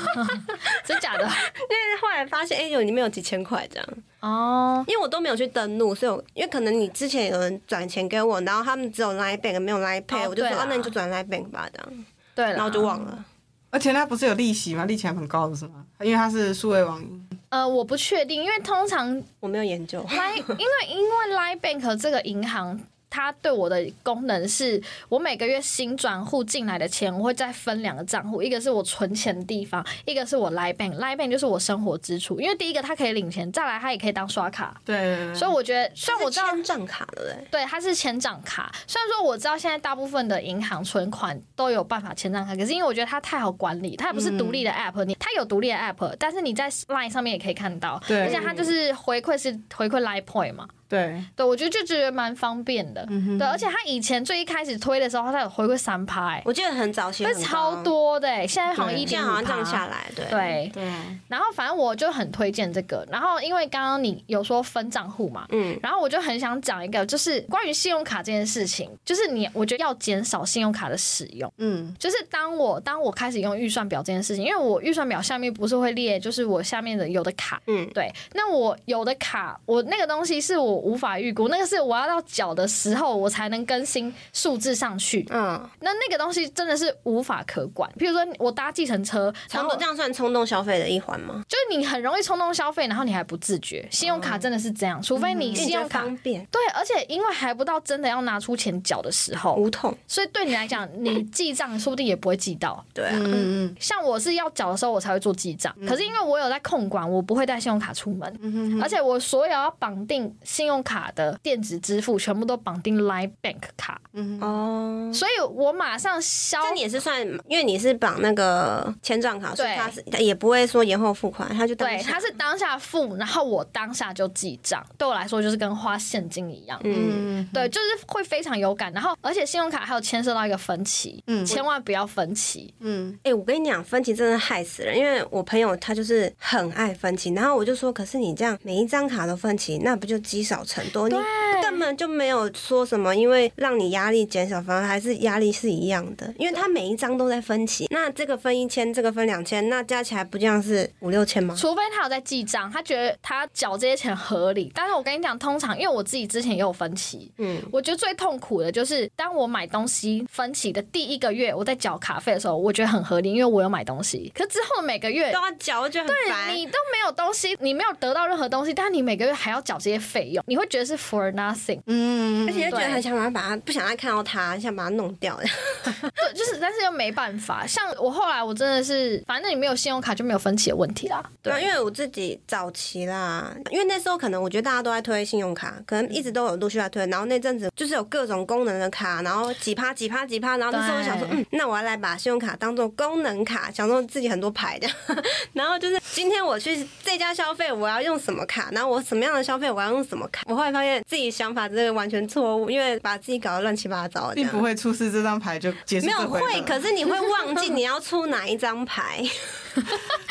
[SPEAKER 3] 真假
[SPEAKER 2] (laughs)
[SPEAKER 3] 的？
[SPEAKER 2] 但是后来发现，哎、有里面有几千块这样，
[SPEAKER 3] 哦，
[SPEAKER 2] 因为我都没有去登录，所以我因为可能你之前有人转钱给我，然后他们只有 Line Bank 没有 Line Pay，、
[SPEAKER 3] 哦
[SPEAKER 2] 我就说
[SPEAKER 3] 对
[SPEAKER 2] 哦
[SPEAKER 3] 啦，
[SPEAKER 2] 那你就转 Line Bank 吧这样，
[SPEAKER 3] 对了，
[SPEAKER 2] 然后就忘。了。
[SPEAKER 1] 而且它不是有利息吗？利息还蛮高的是吗？因为它是数位网银，
[SPEAKER 3] 呃，我不确定，因为通常
[SPEAKER 2] 我没有研究，
[SPEAKER 3] 来，因为因为 Line Bank 这个银行，它对我的功能是，我每个月新转户进来的钱，我会再分两个账户，一个是我存钱的地方，一个是我 Line Bank，Line Bank 就是我生活支出，因为第一个它可以领钱，再来它也可以当刷卡，
[SPEAKER 1] 对对对，
[SPEAKER 3] 所以我觉得，虽然我知道
[SPEAKER 2] (laughs) 是签账卡的嘞，
[SPEAKER 3] 对，它是千账卡。虽然说我知道现在大部分的银行存款都有办法千账卡，可是因为我觉得它太好管理，它也不是独立的
[SPEAKER 2] 嗯
[SPEAKER 3] app，、你它有独立的 app，但是你在 Line 上面也可以看到，
[SPEAKER 1] 对
[SPEAKER 3] 而且它就是回馈是回馈 Line Point 嘛。
[SPEAKER 1] 对
[SPEAKER 3] 对，我觉得就觉得蛮方便的。
[SPEAKER 2] 嗯
[SPEAKER 3] 对，而且它以前最一开始推的时候，它有回馈三趴，哎、
[SPEAKER 2] 我记得很早期
[SPEAKER 3] 那
[SPEAKER 2] 很
[SPEAKER 3] 超
[SPEAKER 2] 高，啊
[SPEAKER 3] 多的、欸，现在好像
[SPEAKER 1] 对
[SPEAKER 3] 一
[SPEAKER 2] 现
[SPEAKER 3] 点
[SPEAKER 2] 在好像降下来，对，
[SPEAKER 3] 对，
[SPEAKER 1] 对，
[SPEAKER 3] 然后反正我就很推荐这个。然后因为刚刚你有说分账户嘛，
[SPEAKER 2] 嗯，
[SPEAKER 3] 然后我就很想讲一个，就是关于信用卡这件事情，就是你，我觉得要减少信用卡的使用。
[SPEAKER 4] 嗯，
[SPEAKER 3] 就是当我当我开始用预算表这件事情，因为我预算表下面不是会列，就是我下面的有的卡，
[SPEAKER 2] 嗯
[SPEAKER 3] 对，那我有的卡，我那个东西是我无法预估，那个是我要到缴的时候我才能更新数字上去，
[SPEAKER 2] 嗯，
[SPEAKER 3] 那那个东西真的是无法可管。譬如说我搭计程车，然
[SPEAKER 2] 冲
[SPEAKER 3] 后
[SPEAKER 2] 动这样算冲动消费的一环吗？
[SPEAKER 3] 就是你很容易冲动消费，然后你还不自觉，信用卡真的是这样，除非你
[SPEAKER 2] 因为
[SPEAKER 3] 信
[SPEAKER 2] 你觉得
[SPEAKER 3] 用卡。
[SPEAKER 2] 方便
[SPEAKER 3] 对，而且因为还不到真的要拿出钱缴的时候，
[SPEAKER 2] 无痛，
[SPEAKER 3] 所以对你来讲，你记账说不定也不会记到。
[SPEAKER 2] 对啊，
[SPEAKER 4] 嗯嗯
[SPEAKER 3] 像我是要缴的时候，我才会做记
[SPEAKER 2] 嗯
[SPEAKER 3] 账。可是因为我有在控管，我不会带信用卡出门，而且我所有要绑定信用卡的电子支付，全部都绑定 Line Bank 卡，
[SPEAKER 2] 哦。
[SPEAKER 3] 所以我马上消
[SPEAKER 2] 但你也是算，因为你是绑那个签账卡，所以
[SPEAKER 3] 对
[SPEAKER 2] 他是也不会说延后付款，他就当
[SPEAKER 3] 对，
[SPEAKER 2] 下
[SPEAKER 3] 它是当下付，然后我当下就记账，对我来说就是跟花现金一样。
[SPEAKER 2] 嗯，
[SPEAKER 4] 嗯
[SPEAKER 3] 对，就是会非常有感，然后而且信用卡还有牵涉到一个分期，
[SPEAKER 4] 嗯
[SPEAKER 3] 千万不要分期。
[SPEAKER 4] 嗯
[SPEAKER 2] 哎、我跟你讲，分期真的害死人，因为我朋友他就是很爱分期，然后我就说，可是你这样每一张卡都分期，那不就积少成多？你根本就没有说什么，因为让你压力减少，反而还是压力是一样的，因为他每一张都在分期，那这个分一千，这个分两千，那加起来不这样是五六千吗？
[SPEAKER 3] 除非他有在记账，他觉得他缴这些钱合理。但是我跟你讲，通常因为我自己之前也有分期，
[SPEAKER 2] 嗯，
[SPEAKER 3] 我觉得最痛苦的就是当我买东西分期的第一个月，我在缴卡费的时候，我觉得很合理，因为我有买东西。可之后每个月
[SPEAKER 2] 都。要缴，我觉得很
[SPEAKER 3] 对
[SPEAKER 2] 烦。
[SPEAKER 3] 你都没有东西，你没有得到任何东西，但你每个月还要缴这些费用，你会觉得是 for nothing。
[SPEAKER 4] 嗯
[SPEAKER 2] 而且就觉得
[SPEAKER 3] 对
[SPEAKER 2] 很想把它把它，不想再看到它，想把它弄掉。 (laughs)
[SPEAKER 3] 对，就是，但是又没办法。像我后来，我真的是，反正你没有信用卡就没有分期的问题啦。
[SPEAKER 2] 对啊，因为我自己早期啦，因为那时候可能我觉得大家都在推信用卡，可能一直都有陆续在推，然后那阵子就是有各种功能的卡，然后几趴几趴几趴，然后那时候我想说，
[SPEAKER 3] 对
[SPEAKER 2] 嗯，那我要来把信用卡当做功能卡，想说自己很多牌的， (laughs) 然后就是今天我去这家消费，我要用什么卡，然后我什么样的消费我要用什么卡，我后来发现自己想法真的完全错误，因为把自己搞得乱七八糟的这
[SPEAKER 1] 并
[SPEAKER 2] 样
[SPEAKER 1] 不。会出示这张牌就结束
[SPEAKER 2] 没有
[SPEAKER 1] 这回合
[SPEAKER 2] 会，可是你会忘记你要出哪一张牌，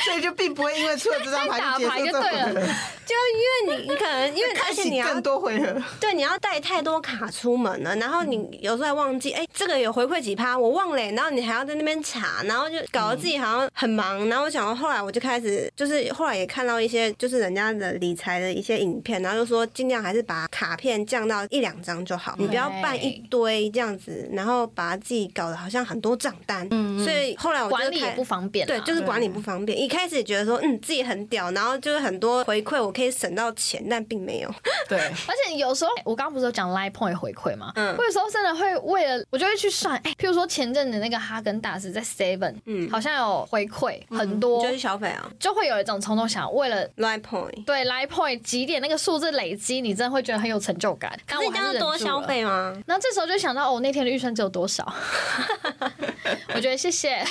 [SPEAKER 1] 所以就并不会因为出了这张
[SPEAKER 3] 打
[SPEAKER 1] 牌
[SPEAKER 3] 牌
[SPEAKER 1] 结束
[SPEAKER 3] 就
[SPEAKER 1] 这回
[SPEAKER 3] 对
[SPEAKER 1] 合，
[SPEAKER 2] 就因为你你可能因为
[SPEAKER 1] 开
[SPEAKER 2] 而且
[SPEAKER 1] 启
[SPEAKER 2] 你要
[SPEAKER 1] 更多回合。
[SPEAKER 2] 对，你要带太多卡出门了，然后你有时候还忘记，哎、这个有回馈几趴，我忘了、欸然后你还要在那边查，然后就搞得自己好像很忙。然后我想到后来我就开始，就是后来也看到一些就是人家的理财的一些影片，然后就说尽量还是把卡片降到一两张就好，你不要办一堆这样子，然后把自己搞得好像很多账单。所以后来我就
[SPEAKER 3] 管理也
[SPEAKER 2] 开
[SPEAKER 3] 不方便啦。啊
[SPEAKER 2] 对，就是管理不方便。一开始也觉得说，嗯，自己很屌，然后就是很多回馈，我可以省到钱，但并没有。
[SPEAKER 1] 对，
[SPEAKER 3] 而且有时候，我刚刚不是有讲 Line Point 回馈吗？
[SPEAKER 2] 嗯
[SPEAKER 3] 我有时候真的会为了，我就会去算，哎、譬如说前阵子那个哈根达斯在 Seven，
[SPEAKER 2] 嗯
[SPEAKER 3] 好像有回馈很
[SPEAKER 2] 你
[SPEAKER 3] 多，
[SPEAKER 2] 就是小费啊。
[SPEAKER 3] 就会有一种冲动想为了。
[SPEAKER 2] Line Point。
[SPEAKER 3] 对，Line Point 几点那个数字累积，你真的会觉得很有成就感。但
[SPEAKER 2] 那
[SPEAKER 3] 我
[SPEAKER 2] 这
[SPEAKER 3] 还
[SPEAKER 2] 样是
[SPEAKER 3] 是忍
[SPEAKER 2] 多
[SPEAKER 3] 住
[SPEAKER 2] 消
[SPEAKER 3] 了。
[SPEAKER 2] 费吗？
[SPEAKER 3] 然后这时候就想到，哦，我那天的预算只有多少？ (laughs) 我觉得
[SPEAKER 2] (laughs)
[SPEAKER 3] 谢谢。
[SPEAKER 2] 哎、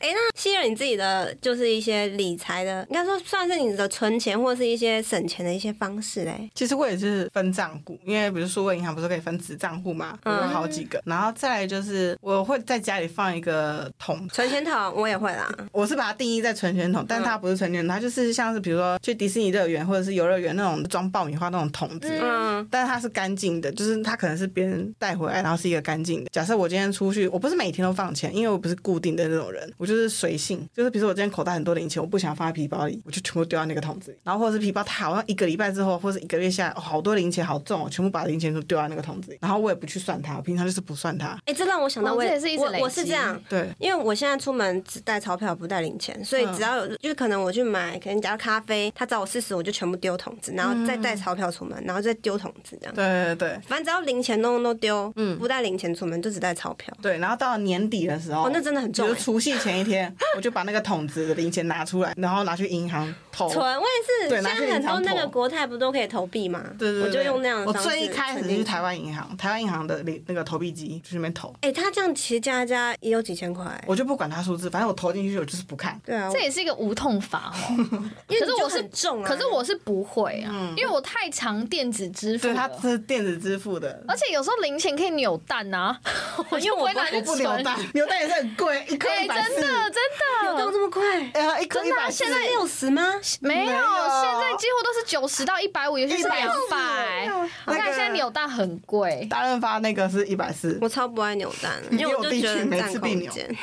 [SPEAKER 2] 那希尔你自己的就是一些理财的，应该说算是你的存钱或是一些省钱的一些方式嘞。
[SPEAKER 1] 其实我也是分账户，因为比如数位银行不是可以分子账户嘛，我有好几个。然后再来就是我会在家里放一个桶，
[SPEAKER 2] 存钱筒我也会啦，
[SPEAKER 3] (laughs)
[SPEAKER 1] 我是把它定义在存钱桶，但它不是存钱筒，它就是像是比如说去迪士尼乐园或者是游乐园那种装爆米花那种桶子。
[SPEAKER 2] 嗯，
[SPEAKER 1] 但是它是干净的，就是它可能是别人带回来，然后是一个干净的。假设我今天出去，我不是每天都放钱，因为我不是固定的那种人，我就是随性，就是比如说我今天口袋很多零钱，我不想放在皮包里，我就全部丢到那个桶子里，然后或者是皮包它好像一个礼拜之后，或者一个月下来、哦好多零钱好重，哦，全部把零钱都丢到那个桶子里，然后我也不去算它，我平常就是不算它，
[SPEAKER 2] 哎、这让我想到
[SPEAKER 3] 哦
[SPEAKER 2] 我
[SPEAKER 3] 这
[SPEAKER 2] 也
[SPEAKER 3] 也是一直
[SPEAKER 2] 我
[SPEAKER 3] 累
[SPEAKER 2] 我是
[SPEAKER 3] 积
[SPEAKER 2] 这样。
[SPEAKER 1] 对。
[SPEAKER 2] 因为我现在出门只带钞票不带零钱，所以
[SPEAKER 3] 嗯
[SPEAKER 2] 只要有、就是可能我去买，可能只要咖啡，他找我四十，我就全部丢桶子，然
[SPEAKER 3] 嗯
[SPEAKER 2] 后再带钞票出门，然后再丢桶子这样。
[SPEAKER 1] 对对对
[SPEAKER 2] 反正只要零钱弄弄丢，
[SPEAKER 3] 嗯
[SPEAKER 2] 不带零钱出门就只带钞票。
[SPEAKER 1] 对，然后到了年底的时候，
[SPEAKER 2] 哦那真的很重
[SPEAKER 1] 比如
[SPEAKER 2] 欸
[SPEAKER 1] 除夕前一天，我就把那个桶子的零钱拿出来，然后拿去银行投。
[SPEAKER 2] 存我也是，
[SPEAKER 1] 对
[SPEAKER 2] 现
[SPEAKER 1] 拿去
[SPEAKER 2] 在很
[SPEAKER 1] 银行
[SPEAKER 2] 多那个
[SPEAKER 1] 投
[SPEAKER 2] 国泰不都可以投币吗？
[SPEAKER 1] 对对对，
[SPEAKER 2] 我就用那样的
[SPEAKER 1] 我
[SPEAKER 2] 方式
[SPEAKER 1] 最一开始
[SPEAKER 2] 存
[SPEAKER 1] 是
[SPEAKER 2] 进
[SPEAKER 1] 去台湾银行，台湾银行的那那个投币机去那边投，
[SPEAKER 2] 哎、他这样其实加一加也有几千块。
[SPEAKER 1] 我就不管它数字，反正我投进去我就是不看。
[SPEAKER 2] 对啊，
[SPEAKER 3] 这也是一个无痛法
[SPEAKER 2] (laughs)
[SPEAKER 3] 哦。
[SPEAKER 2] 因为
[SPEAKER 3] 可是
[SPEAKER 2] 你就
[SPEAKER 3] 我是
[SPEAKER 2] 很重啊，
[SPEAKER 3] 可是我是不会啊，
[SPEAKER 2] 嗯
[SPEAKER 3] 因为我太常电子支付
[SPEAKER 1] 对，它
[SPEAKER 3] 了。
[SPEAKER 1] 是电子支付的，
[SPEAKER 3] 而且有时候零钱可以扭蛋呐、啊，我就不会拿去
[SPEAKER 1] 我不扭
[SPEAKER 3] 存。
[SPEAKER 1] 蛋，扭蛋也是很贵，一颗
[SPEAKER 3] 哎、
[SPEAKER 1] 一百
[SPEAKER 3] 真
[SPEAKER 1] 四
[SPEAKER 3] 的，真
[SPEAKER 2] 动
[SPEAKER 3] 的
[SPEAKER 2] 这么快，
[SPEAKER 1] 哎呀，一颗一百四
[SPEAKER 3] 真的啊现在
[SPEAKER 2] 六十吗？
[SPEAKER 3] 没有，
[SPEAKER 1] 没有
[SPEAKER 3] 现在几乎都是九十到一百五，有些是
[SPEAKER 1] 140
[SPEAKER 3] 两百。我
[SPEAKER 1] 那
[SPEAKER 3] 看
[SPEAKER 1] 个
[SPEAKER 3] 现在扭蛋很贵，
[SPEAKER 1] 大润发那个是一百四，
[SPEAKER 2] 我超不爱扭蛋，因为我就
[SPEAKER 1] 你有地
[SPEAKER 2] 觉
[SPEAKER 1] 区
[SPEAKER 2] 得
[SPEAKER 1] 每
[SPEAKER 2] 占
[SPEAKER 1] 次必
[SPEAKER 2] 空
[SPEAKER 1] 扭
[SPEAKER 2] 间。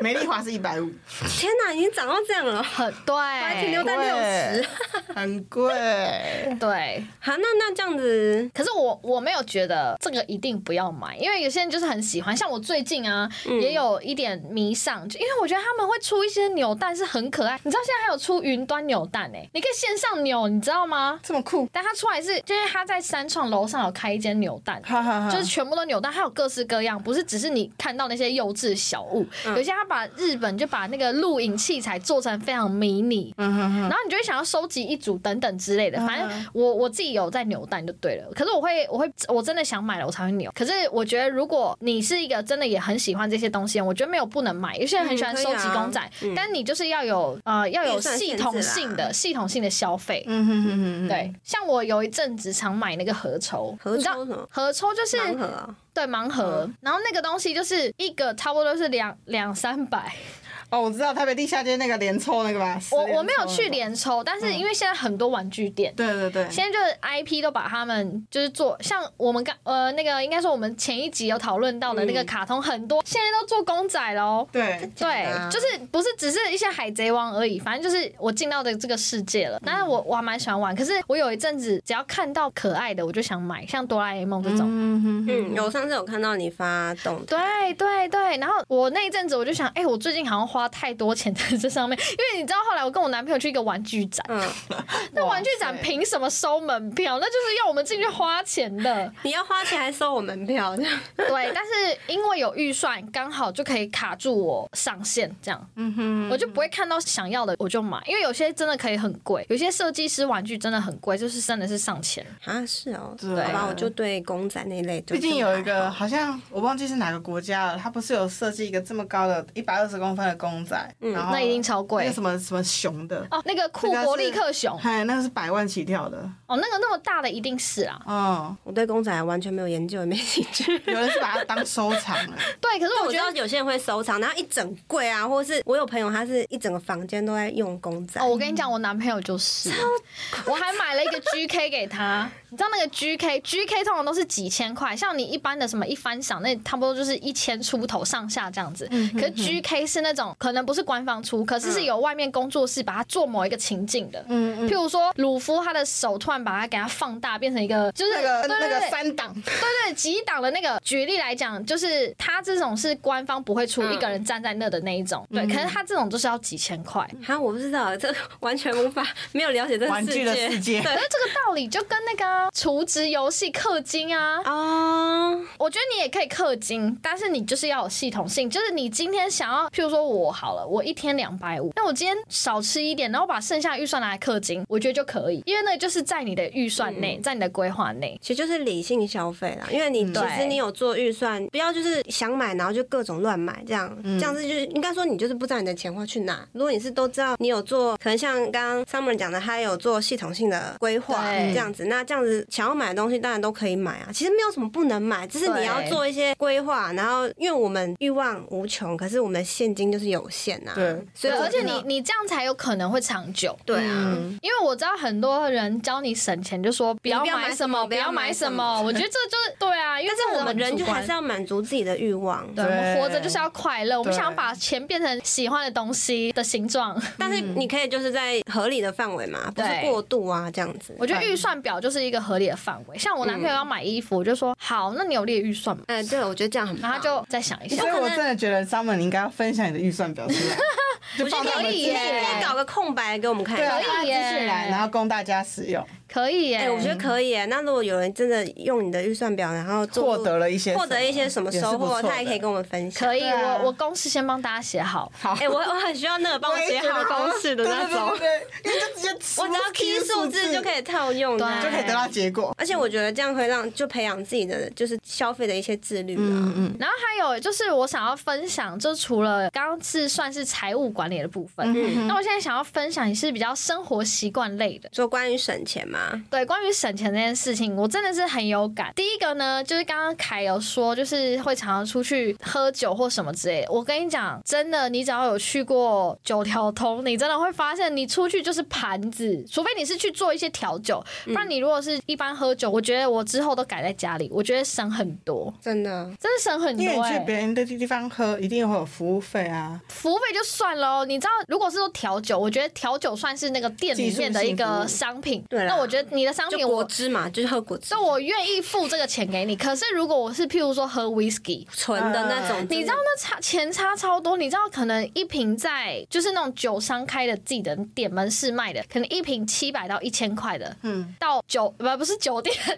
[SPEAKER 1] 美丽华是一百
[SPEAKER 2] (laughs)
[SPEAKER 1] 五，
[SPEAKER 2] 天哪，已经涨到这样了。
[SPEAKER 3] 很
[SPEAKER 2] 而且扭
[SPEAKER 3] 对
[SPEAKER 2] 蛋六十
[SPEAKER 1] 对，很
[SPEAKER 2] (laughs)
[SPEAKER 1] 贵。
[SPEAKER 3] 对。
[SPEAKER 2] 好，那那这样子，
[SPEAKER 3] 可是我我没有觉得这个一定不要买，因为有些人就是很喜欢，像我最近啊、也有一点迷上，就因为我觉得他们会出一些扭蛋是很可爱，你知道现在还有出云端扭蛋哎、你可以线上扭，你知道吗？
[SPEAKER 1] 这么酷，
[SPEAKER 3] 但它出来是，就是他在三创楼上有开一间扭蛋，
[SPEAKER 1] 哈
[SPEAKER 2] 嗯
[SPEAKER 1] 哈哈！
[SPEAKER 3] 就是全部都扭蛋，它有各式各样，不是只是你看到那些幼稚小物，
[SPEAKER 2] 嗯
[SPEAKER 3] 有些他把日本就把那个录影器材做成非常迷你，
[SPEAKER 2] 嗯
[SPEAKER 1] 嗯
[SPEAKER 3] 然后你就会想要收集一组等等之类的。反正我我自己有在扭蛋就对了，可是我会我会我真的想买了我才会扭。可是我觉得如果你是一个真的也很喜欢这些东西，我觉得没有不能买，有些人很喜欢
[SPEAKER 2] 嗯
[SPEAKER 3] 收集公仔，
[SPEAKER 2] 可以啊嗯
[SPEAKER 3] 但你就是要有呃要有
[SPEAKER 2] 预算
[SPEAKER 3] 系
[SPEAKER 2] 限制
[SPEAKER 3] 统
[SPEAKER 2] 啦
[SPEAKER 3] 性的系统性的消费。
[SPEAKER 1] 嗯哼哼哼，
[SPEAKER 3] 对，像我有一阵子常买那个合抽，
[SPEAKER 2] 合
[SPEAKER 3] 你知道
[SPEAKER 2] 抽什么
[SPEAKER 3] 合抽就是
[SPEAKER 2] 盲盒啊，
[SPEAKER 3] 对盲盒，然后那个东西就是一个差不多是两两三百，
[SPEAKER 1] 哦，我知道台北地下街那个连抽那个吧，
[SPEAKER 3] 我
[SPEAKER 1] 十连
[SPEAKER 3] 我没有
[SPEAKER 1] 抽
[SPEAKER 3] 去
[SPEAKER 1] 那个，
[SPEAKER 3] 连抽，但
[SPEAKER 2] 嗯
[SPEAKER 3] 是因为现在很多玩具店。
[SPEAKER 1] 对对对，
[SPEAKER 3] 现在就是 IP 都把他们就是做像我们刚呃那个应该说我们前一集有讨论到的
[SPEAKER 2] 嗯
[SPEAKER 3] 那个卡通很多，现在都做公仔喽。
[SPEAKER 1] 对，
[SPEAKER 3] 对，
[SPEAKER 1] 啊
[SPEAKER 3] 就是不是只是一些海贼王而已，反正就是我进到的这个世界了。但是我我还蛮喜欢玩，可是我有一阵子只要看到可爱的我就想买，像哆啦 A 梦这种。
[SPEAKER 1] 嗯哼哼，
[SPEAKER 2] 嗯，我上次有看到你发动态，
[SPEAKER 3] 对啊对对，然后我那一阵子我就想，哎、我最近好像花太多钱在这上面，因为你知道后来我跟我男朋友去一个玩具展，
[SPEAKER 2] 嗯，
[SPEAKER 3] 那玩具
[SPEAKER 1] 哇
[SPEAKER 3] 展
[SPEAKER 1] 塞
[SPEAKER 3] 凭什么收门票？那就是要我们进去花钱的。
[SPEAKER 2] 你要花钱还收我门票，这样
[SPEAKER 3] (laughs) 对，但是因为有预算，刚好就可以卡住我上限，这样，嗯哼，我就不会看到想要的我就买，因为有些真的可以很贵，有些设计师玩具真的很贵，就是真的是上千。
[SPEAKER 2] 啊？是哦，
[SPEAKER 1] 对
[SPEAKER 2] 好吧，我就对公仔那一类就
[SPEAKER 1] 最
[SPEAKER 2] 是还好，
[SPEAKER 1] 近有一个好像我忘记是哪个国家了，它不是有设计一个这么高的一百二十公分的公仔，然后
[SPEAKER 3] 嗯哦那一定超贵
[SPEAKER 1] 那个什么什么熊的，
[SPEAKER 3] 哦，那个库伯利克熊，
[SPEAKER 1] 嗨，那个是百万起跳的，
[SPEAKER 3] 哦，那个那么大的一定是啊，
[SPEAKER 1] 哦，
[SPEAKER 2] 我对公仔完全没有研究，也没兴
[SPEAKER 1] (laughs)
[SPEAKER 2] 趣。
[SPEAKER 1] 有人是把它当收藏了，
[SPEAKER 3] 对，可是
[SPEAKER 2] 但我
[SPEAKER 3] 我
[SPEAKER 2] 知
[SPEAKER 3] 觉
[SPEAKER 2] 道
[SPEAKER 3] 得
[SPEAKER 2] 有些人会收藏，然后一整柜啊，或是我有朋友，他是一整个房间都在用公仔
[SPEAKER 3] 哦，。我跟你讲，我男朋友就是，我还买了一个 GK 给他。你知道那个 GK，GK 通常都是几千块，像你一般的什么一番赏，那差不多就是一千出头上下这样子。
[SPEAKER 1] 嗯
[SPEAKER 3] 可是 GK 是那种可能不是官方出，可是是有外面工作室把它做某一个情境的。
[SPEAKER 1] 嗯嗯，
[SPEAKER 3] 譬如说，鲁夫他的手突然把它给它放大，变成一个 (laughs) 就是
[SPEAKER 1] 那个
[SPEAKER 3] 对
[SPEAKER 1] 那
[SPEAKER 3] 对对
[SPEAKER 1] 个三档，
[SPEAKER 3] 对对，几档的那个，举例来讲，就是他这种是官方不会出
[SPEAKER 1] 嗯
[SPEAKER 3] 一个人站在那的那一种，对。可是他这种就是要几千块，
[SPEAKER 2] 哈，我不知道，这完全无法，没有了解这个
[SPEAKER 1] 玩具的世界
[SPEAKER 2] 对
[SPEAKER 3] 可是这个道理就跟那个啊储值游戏氪金啊，
[SPEAKER 2] 哦，
[SPEAKER 3] 我觉得你也可以氪金，但是你就是要有系统性，就是你今天想要，譬如说我好了，我一天两百五，那我今天少吃一点，然后把剩下的预算拿来氪金，我觉得就可以，因为那就是在你的预算内，
[SPEAKER 2] 嗯
[SPEAKER 3] 在你的规划内。
[SPEAKER 2] 其实就是理性消费啦，因为你其实
[SPEAKER 3] 嗯对
[SPEAKER 2] 你有做预算，不要就是想买然后就各种乱买这样，
[SPEAKER 3] 嗯
[SPEAKER 2] 这样子就是应该说你就是不知道你的钱花去哪。如果你是都知道，你有做，可能像刚刚 Summer 讲的，他有做系统性的规划
[SPEAKER 3] 对
[SPEAKER 2] 这样子，那这样子想要买的东西当然都可以买啊，其实没有什么不能买，只是你要
[SPEAKER 3] 对
[SPEAKER 2] 做一些规划，然后因为我们欲望无穷，可是我们的现金就是有限呐、啊。
[SPEAKER 1] 对，
[SPEAKER 2] 所
[SPEAKER 3] 对，
[SPEAKER 2] 以我
[SPEAKER 3] 而且
[SPEAKER 2] 真的
[SPEAKER 3] 你你这样才有可能会长久。
[SPEAKER 2] 对啊，
[SPEAKER 1] 嗯
[SPEAKER 3] (laughs) 因为我知道很多人教你省钱，就说不要
[SPEAKER 2] 不要买
[SPEAKER 3] 买
[SPEAKER 2] 什
[SPEAKER 3] 什
[SPEAKER 2] 么
[SPEAKER 3] 么，不要
[SPEAKER 2] 不要买
[SPEAKER 3] 买
[SPEAKER 2] 什么
[SPEAKER 3] 什么。我觉得这就是对啊，因为
[SPEAKER 2] 但
[SPEAKER 3] 这
[SPEAKER 2] 是我们人就还是
[SPEAKER 3] 要。
[SPEAKER 2] 要满足自己的欲望。
[SPEAKER 3] 对，我们活着就是要快乐，我们
[SPEAKER 1] 对
[SPEAKER 3] 想要把钱变成喜欢的东西的
[SPEAKER 1] (laughs)
[SPEAKER 3] 形状。
[SPEAKER 2] 但是你可以就是在合理的范围嘛，不是
[SPEAKER 3] 对
[SPEAKER 2] 过度啊这样子。
[SPEAKER 3] 我觉得预算表就是一个合理的范围。
[SPEAKER 1] 嗯
[SPEAKER 3] 像我男朋友要买衣服，我就说好，那你有列预算吗？
[SPEAKER 2] 哎、对，我觉得这样很棒。
[SPEAKER 3] 然后他就再想一下
[SPEAKER 1] 所以。
[SPEAKER 2] 可能
[SPEAKER 1] 我真的觉得 Summer 你应该要分享你的预算表出
[SPEAKER 3] (laughs)
[SPEAKER 1] 来，就放到我们
[SPEAKER 3] 可
[SPEAKER 1] 资
[SPEAKER 3] 以
[SPEAKER 2] 你
[SPEAKER 1] 讯
[SPEAKER 3] 耶
[SPEAKER 2] 可以搞个空白给我们看哎一
[SPEAKER 1] 对
[SPEAKER 2] 下。
[SPEAKER 1] 啊，
[SPEAKER 3] 可以
[SPEAKER 1] 放到资讯栏
[SPEAKER 3] 耶
[SPEAKER 1] 然后供大家使用，
[SPEAKER 3] 可以耶、
[SPEAKER 2] 哎、我觉得可以耶。那如果有人真的用你的预算表，然后做
[SPEAKER 1] 获得了一些
[SPEAKER 2] 获得一些什么收获，他也可以跟
[SPEAKER 1] 我。
[SPEAKER 2] 我们分享。
[SPEAKER 3] 可以，
[SPEAKER 1] 对啊
[SPEAKER 3] 我我公司先帮大家写好。
[SPEAKER 1] 好哎
[SPEAKER 2] 哎、，我我很需要那个帮我写好公式的那种，
[SPEAKER 1] 啊对，对对对对因为就直接
[SPEAKER 2] 我只要 key 数字就可
[SPEAKER 1] 以
[SPEAKER 2] 以哎套用的，啊
[SPEAKER 3] 对
[SPEAKER 1] 就可以得到结果。
[SPEAKER 2] 而且我觉得这样会让就培养自己的就是消费的一些自律啊。
[SPEAKER 1] 嗯，
[SPEAKER 3] 然后还有就是，我想要分享，就除了刚刚是算是财务管理的部分，
[SPEAKER 2] 嗯
[SPEAKER 3] 那我现在想要分享也是比较生活习惯类的。
[SPEAKER 2] 说关于省钱嘛，
[SPEAKER 3] 对，关于省钱这件事情，我真的是很有感。第一个呢，就是刚刚凯有说，就是会常常出去喝酒或什么之类的。我跟你讲，真的，你只要有去过九条通，你真的会发现，你出去就是盘子，除非你是去做一些调酒，不
[SPEAKER 1] 嗯
[SPEAKER 3] 然你如果是一般喝酒，我觉得我之后都改在家里，我觉得省很多，
[SPEAKER 2] 真的，
[SPEAKER 3] 真的省很多、
[SPEAKER 1] 因
[SPEAKER 3] 欸。
[SPEAKER 1] 为
[SPEAKER 2] 哎
[SPEAKER 1] 你去别人的地方喝，一定会有服务费啊。
[SPEAKER 3] 服务费就算了哦，你知道，如果是说调酒，我觉得调酒算是那个店里面的一个商品。
[SPEAKER 2] 对啦
[SPEAKER 3] 那我觉得你的商
[SPEAKER 2] 就
[SPEAKER 3] 品
[SPEAKER 2] 果
[SPEAKER 3] 我。
[SPEAKER 2] 汁嘛，就是喝果汁
[SPEAKER 3] 那，我愿意付这个钱给你，可是如果我是譬如说喝 whisky，
[SPEAKER 2] 纯的那种，
[SPEAKER 3] 你知道那差钱差超多，你知道可能一瓶在就是那种酒商开的自己的店门市卖的，可能一瓶七百到一千块的，
[SPEAKER 1] 嗯，
[SPEAKER 3] 到酒不不是酒店， (laughs) 突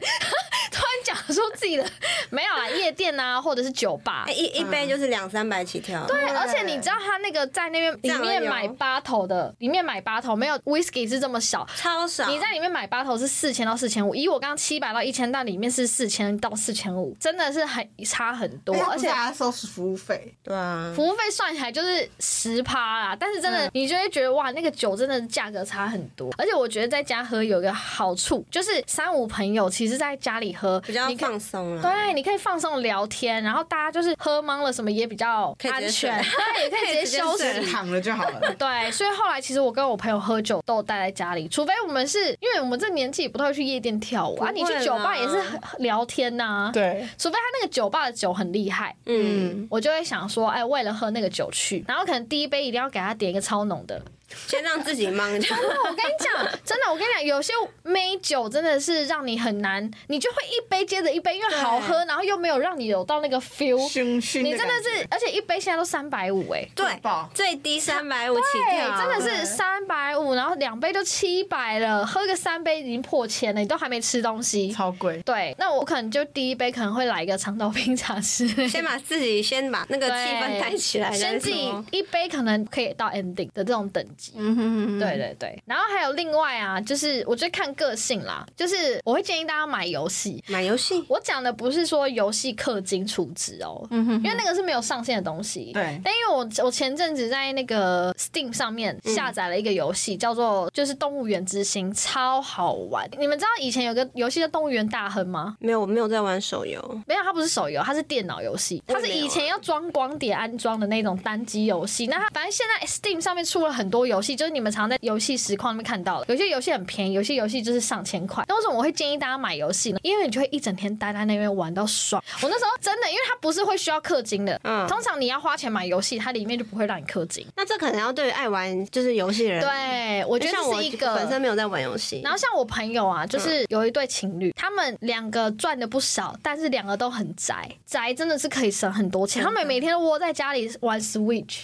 [SPEAKER 3] 然讲说自己的没有啦，夜店啊或者是酒吧
[SPEAKER 2] 哎、，一一杯就是两三百起跳，对，啊
[SPEAKER 3] 对，而且你知道他那个在那边里
[SPEAKER 2] 这样而
[SPEAKER 3] 面
[SPEAKER 2] 已哦
[SPEAKER 3] 买八头的，里面买八头没有 whisky 是这么小，
[SPEAKER 2] 超少。
[SPEAKER 3] 你在里面买八头是四千到四千五，以我刚刚七百到一千，但里面是四千到四千五，真的是很差很
[SPEAKER 2] 哎
[SPEAKER 3] 多，而且。
[SPEAKER 1] 还要哎收拾服务费，
[SPEAKER 2] 对啊，
[SPEAKER 3] 服务费算起来就是十趴啦，但是真
[SPEAKER 2] 嗯
[SPEAKER 3] 的你就会觉得哇，那个酒真的价格差很多。而且我觉得在家喝有一个好处，就是三五朋友其实在家里喝
[SPEAKER 2] 比较
[SPEAKER 3] 你可以
[SPEAKER 2] 放松了，
[SPEAKER 3] 对，你可以放松聊天，然后大家就是喝懵了什么也比较
[SPEAKER 2] 可以直接
[SPEAKER 3] 安全，
[SPEAKER 2] 睡
[SPEAKER 3] 对，也可以直接休
[SPEAKER 2] (laughs) 可以直接
[SPEAKER 3] 息
[SPEAKER 2] 睡。
[SPEAKER 1] 躺了就好了。
[SPEAKER 3] 对，所以后来其实我跟我朋友喝酒都有待在家里，除非我们是因为我们这年纪也不太会去夜店跳舞啊，
[SPEAKER 2] 不会
[SPEAKER 3] 你
[SPEAKER 2] 啦
[SPEAKER 3] 去酒吧也是聊天呐、
[SPEAKER 1] 对，
[SPEAKER 3] 除非他那个酒吧的酒很厉害，
[SPEAKER 2] 嗯，
[SPEAKER 3] 我就会想说，哎，为了喝那个酒去，然后可能第一杯一定要给他点一个超浓的。
[SPEAKER 2] 先让自己 (laughs) 忙，
[SPEAKER 3] 我跟你讲， (laughs) 真的，我跟你讲，有些美酒真的是让你很难，你就会一杯接着一杯，因为好喝，然后又没有让你有到那个 feel，
[SPEAKER 1] 熏熏，
[SPEAKER 3] 你真的是，而且一杯现在都三百五哎。
[SPEAKER 2] 对
[SPEAKER 1] 爆，
[SPEAKER 2] 最低三百五起
[SPEAKER 3] 对，
[SPEAKER 2] 跳，
[SPEAKER 3] 真的是
[SPEAKER 1] 对
[SPEAKER 2] (laughs)
[SPEAKER 3] 三百五，然后两杯就七百了，喝个三杯已经破千了，你都还没吃东西。
[SPEAKER 1] 超贵。
[SPEAKER 3] 对，那我可能就第一杯可能会来一个长岛冰
[SPEAKER 1] (laughs)
[SPEAKER 3] 茶之类的，
[SPEAKER 2] 先把自己先把那个气氛带起
[SPEAKER 1] 哎
[SPEAKER 2] 来，
[SPEAKER 3] 先自己
[SPEAKER 1] 哦
[SPEAKER 3] 一杯可能可以到 ending 的这种等级。
[SPEAKER 1] 嗯哼哼，
[SPEAKER 3] 对对对，然后还有另外啊，就是我觉得看个性啦，就是我会建议大家买游戏。
[SPEAKER 2] 买游戏。
[SPEAKER 3] 我讲的不是说游戏氪金储值哦，
[SPEAKER 1] 嗯
[SPEAKER 3] 因为那个是没有上限的东西。
[SPEAKER 1] 对
[SPEAKER 3] 但因为我我前阵子在那个 Steam 上面下载了一个游戏，叫做就是《动物园之星》，超好玩。你们知道以前有个游戏叫《动物园大亨》吗？
[SPEAKER 2] 没有，我没有在玩手游。
[SPEAKER 3] 没有，它不是手游，它是电脑游戏，它是
[SPEAKER 2] 啊
[SPEAKER 3] 以前要装光碟安装的那种单机游戏。那它反正现在 Steam 上面出了很多游戏，就是你们常在游戏实况里面看到的，有些游戏很便宜，有些游戏就是上千块。那为什么我会建议大家买游戏呢？因为你就会一整天待在那边玩到爽。我那时候真的，因为它不是会需要氪金的，
[SPEAKER 2] 嗯
[SPEAKER 3] 通常你要花钱买游戏，它里面就不会让你氪金。
[SPEAKER 2] 那这可能要对爱玩就是游戏的人，，
[SPEAKER 3] 对，我觉得
[SPEAKER 2] 哎像
[SPEAKER 3] 这
[SPEAKER 2] 我
[SPEAKER 3] 是一个
[SPEAKER 2] 本身没有在玩游戏，
[SPEAKER 3] 然后像我朋友啊，
[SPEAKER 2] 嗯
[SPEAKER 3] 就是有一对情侣，他们两个赚的不少，但是两个都很宅，宅真的是可以省很多钱。他们每天都窝在家里玩 Switch，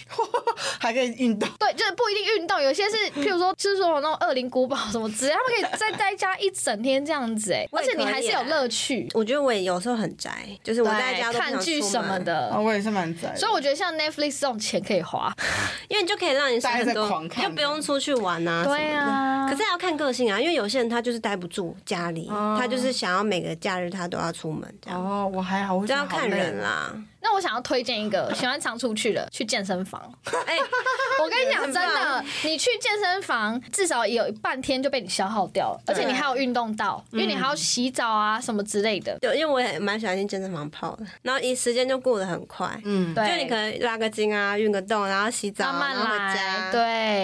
[SPEAKER 1] 还可以运动，
[SPEAKER 3] 对，就是不一定运动，
[SPEAKER 2] (laughs)
[SPEAKER 3] 有些是譬如说，就是说那种恶灵古堡什么之类，他们可以在在家一整天这样子、哎，
[SPEAKER 2] 我
[SPEAKER 3] 而
[SPEAKER 2] 也
[SPEAKER 3] 且你还是有乐趣，
[SPEAKER 2] 我觉得我也有时候很宅，就是
[SPEAKER 3] 对
[SPEAKER 2] 我在家都不想
[SPEAKER 3] 看剧
[SPEAKER 2] 出门
[SPEAKER 3] 什
[SPEAKER 2] 嗯
[SPEAKER 3] 么，
[SPEAKER 1] 啊，
[SPEAKER 3] 的。
[SPEAKER 1] 我也是蛮宅的。
[SPEAKER 3] 所以我觉得像 Netflix 这种钱可以花，
[SPEAKER 2] 因为就可以让你省很
[SPEAKER 1] 待着
[SPEAKER 2] 多，
[SPEAKER 1] 狂看
[SPEAKER 2] 就不用出去玩啊。
[SPEAKER 3] 对啊
[SPEAKER 2] 什么的
[SPEAKER 1] 嗯
[SPEAKER 2] 可是要看个性啊，因为有些人他就是待不住家里，他就是想要每个假日他都要出门这样，
[SPEAKER 1] 哦哦，我还好，我
[SPEAKER 2] 这
[SPEAKER 1] 觉得
[SPEAKER 2] 要
[SPEAKER 1] 好
[SPEAKER 2] 看
[SPEAKER 1] 累
[SPEAKER 2] 人。啦。
[SPEAKER 3] 那我想要推荐一个喜欢常出去的，去健身房。
[SPEAKER 2] 哎、
[SPEAKER 3] 我跟你讲真的，你去健身房至少也有半天就被你消耗掉了，而且你还有运动到，
[SPEAKER 2] 嗯
[SPEAKER 3] 因为你还要洗澡啊什么之类的。
[SPEAKER 2] 对，因为我也蛮喜欢进健身房泡的，然后一时间就过得很快，
[SPEAKER 1] 嗯，
[SPEAKER 3] 对，
[SPEAKER 2] 就你可能拉个筋啊，运个动，然后洗澡，啊
[SPEAKER 3] 慢慢
[SPEAKER 2] 然后回
[SPEAKER 3] 来，
[SPEAKER 2] 家，哎，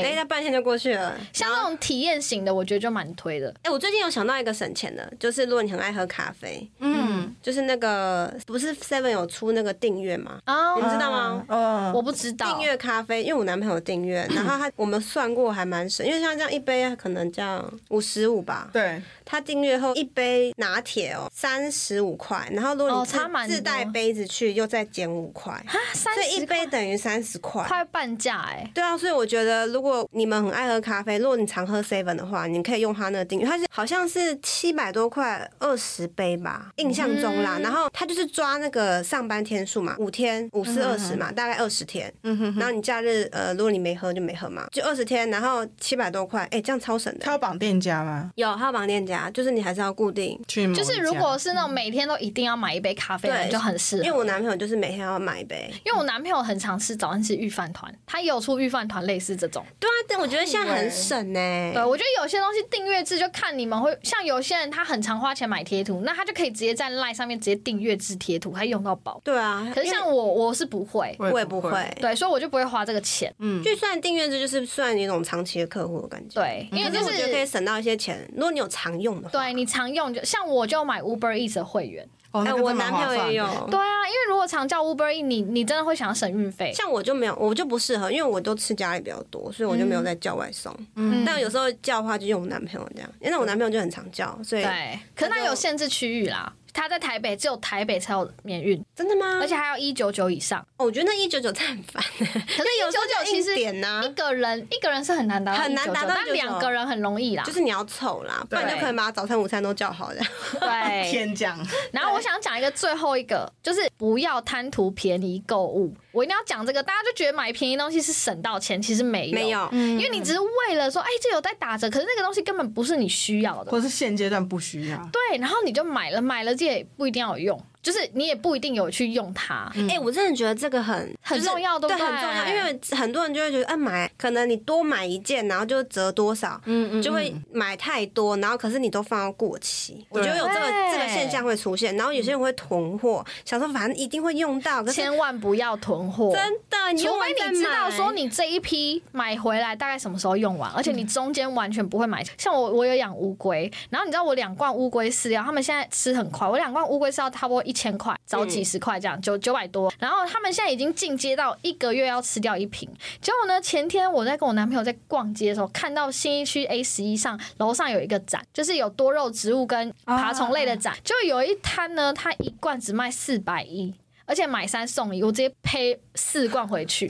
[SPEAKER 3] 对。
[SPEAKER 2] 那半天就过去了。
[SPEAKER 3] 像那种体验型的，我觉得就蛮推的。
[SPEAKER 2] 哎、我最近有想到一个省钱的，就是如果你很爱喝咖啡，
[SPEAKER 1] 嗯，
[SPEAKER 2] 就是那个不是 Seven 有出那个订阅吗？
[SPEAKER 3] 啊
[SPEAKER 2] 哦你，们知道吗？
[SPEAKER 1] 嗯，
[SPEAKER 3] 我不知道
[SPEAKER 2] 订。阅咖啡，因为我男朋友订阅，
[SPEAKER 3] (coughs)
[SPEAKER 2] 然后他我们算过还蛮省，因为像这样一杯可能这样五十五吧，
[SPEAKER 1] 对，
[SPEAKER 2] 他订阅后一杯拿铁哦三十五块，然后如果你
[SPEAKER 3] 哦
[SPEAKER 2] 自,、
[SPEAKER 3] 差蛮多
[SPEAKER 2] 自带杯子去又再减五
[SPEAKER 3] (laughs)
[SPEAKER 2] 块，
[SPEAKER 3] 啊三
[SPEAKER 2] 所以
[SPEAKER 3] 十
[SPEAKER 2] 一杯等于三十块。
[SPEAKER 3] 快半价哎、
[SPEAKER 2] 对啊，所以我觉得如果你们很爱喝咖啡，如果你常喝 Seven 的话，你可以用它那个订阅，它是好像是七百多块二十杯吧，印象中
[SPEAKER 3] 嗯
[SPEAKER 2] 啦。然后它就是抓那个上班天数嘛，五天五四二十
[SPEAKER 3] 嗯
[SPEAKER 2] 嘛，大概二十天。然后你假日呃，如果你没喝就没喝嘛，就二十天，然后七百多块，哎，这样超省的。
[SPEAKER 1] 他要绑店家吗？
[SPEAKER 2] 有，还有绑店家，就是你还是要固定。
[SPEAKER 1] 去某一
[SPEAKER 3] 就
[SPEAKER 1] 家
[SPEAKER 3] 是如果是那种每天都一定要买一杯咖啡的人，
[SPEAKER 2] 对
[SPEAKER 3] 就很适合。
[SPEAKER 2] 因为我男朋友就是啊每天要买一杯，
[SPEAKER 3] 因为我男朋友很常吃早餐吃御饭团，他也有出御饭团类似这种。
[SPEAKER 2] 对啊，但我觉得现在很省欸呢、
[SPEAKER 3] 对，我觉得有些东西订阅制就看你们会，像有些人他很常花钱买贴图，那他就可以直接在 LINE 上面直接订阅制贴图，他用到饱。
[SPEAKER 2] 对啊，
[SPEAKER 3] 可是像我，我是不会，
[SPEAKER 2] 因为我也不会，
[SPEAKER 3] 对，所以我就不会花这个钱。
[SPEAKER 2] 就算订阅制就是算一种长期的客户的感觉。
[SPEAKER 3] 对，因为
[SPEAKER 2] 嗯可
[SPEAKER 3] 就是
[SPEAKER 2] 我觉得可以省到一些钱，如果你有常用的话。
[SPEAKER 3] 对你常用就像我就买 Uber Eats 的会员，
[SPEAKER 1] 哦，
[SPEAKER 2] 哎、
[SPEAKER 1] 那个
[SPEAKER 2] 我
[SPEAKER 1] 真的
[SPEAKER 2] 男
[SPEAKER 1] 蛮划
[SPEAKER 2] 朋友也
[SPEAKER 1] 算的，欸
[SPEAKER 2] 有
[SPEAKER 3] 对。啊，因为如果常叫 Uber E，你你真的会想要省运费。
[SPEAKER 2] 像我就没有，我就不适合，因为我都吃家里比较多，所以我就没有在叫外送。
[SPEAKER 3] 嗯
[SPEAKER 2] 但有时候叫的话，就用我男朋友这样，因为我男朋友就很常叫，所以
[SPEAKER 3] 对，可是
[SPEAKER 2] 那
[SPEAKER 3] 它
[SPEAKER 2] 就
[SPEAKER 3] 有限制区域啦，它在台北只有台北才有免运，
[SPEAKER 2] 真的吗？
[SPEAKER 3] 而且还要一九九以上。
[SPEAKER 2] 哦我觉得那一九九太
[SPEAKER 3] (laughs)
[SPEAKER 2] 烦了，
[SPEAKER 3] 可是
[SPEAKER 2] 有时
[SPEAKER 3] 一九
[SPEAKER 2] 候
[SPEAKER 3] 九
[SPEAKER 2] 就
[SPEAKER 3] 其实
[SPEAKER 2] 硬点啊呐、
[SPEAKER 3] 一个人一个人是很难达到
[SPEAKER 2] 很难
[SPEAKER 3] 199
[SPEAKER 2] 达到
[SPEAKER 3] 但
[SPEAKER 2] 199
[SPEAKER 3] 两个人很容易啦。
[SPEAKER 2] 就是你要凑啦，不然
[SPEAKER 3] 啊对
[SPEAKER 2] 就可以把早餐、午餐都叫好的。
[SPEAKER 3] 对。
[SPEAKER 1] 天降，
[SPEAKER 3] 然后我想讲一个最后一个，就是不要贪图便宜购物。我一定要讲这个，大家就觉得买便宜东西是省到钱，其实没有，嗯
[SPEAKER 2] 没，有，
[SPEAKER 3] 因为你只是为了说，哎，这有在打折，可是那个东西根本不是你需要的。
[SPEAKER 1] 或是现阶段不需要。
[SPEAKER 3] 对，然后你就买了，买了这也不一定要有用，就是你也不一定有去用它。
[SPEAKER 2] 哎、我真的觉得这个很
[SPEAKER 3] 很
[SPEAKER 2] 就是
[SPEAKER 3] 重要对
[SPEAKER 2] 对
[SPEAKER 3] 不对
[SPEAKER 2] 很重要，因为很多人就会觉得，哎、买可能你多买一件，然后就折多少，嗯嗯，就会买太多，然后可是你都放到过期，我觉得有这个
[SPEAKER 3] 对
[SPEAKER 2] 这个现象会出现，然后有些人会囤货，想说反正一定会用到，可是
[SPEAKER 3] 千万不要囤货，
[SPEAKER 2] 真的，你
[SPEAKER 3] 除
[SPEAKER 2] 用完
[SPEAKER 3] 非
[SPEAKER 2] 再
[SPEAKER 3] 你知道
[SPEAKER 2] 买
[SPEAKER 3] 说你这一批买回来大概什么时候用完，而且你
[SPEAKER 2] 嗯
[SPEAKER 3] 中间完全不会买。像我，我有养乌龟，然后你知道我两罐乌龟饲料，他们现在吃很快，我两罐乌龟饲料差不多一千块，找
[SPEAKER 2] 嗯
[SPEAKER 3] 几十块这样，九九百多。然后他们现在已经进阶到一个月要吃掉一瓶。结果呢，前天我在跟我男朋友在逛街的时候，看到新一区 A 十一上楼上有一个展，就是有多肉植物跟爬虫
[SPEAKER 2] 啊
[SPEAKER 3] 类的展，就有一摊呢，它一罐只卖四百一。而且买三送一，我直接配四罐
[SPEAKER 2] (laughs)
[SPEAKER 3] 回去，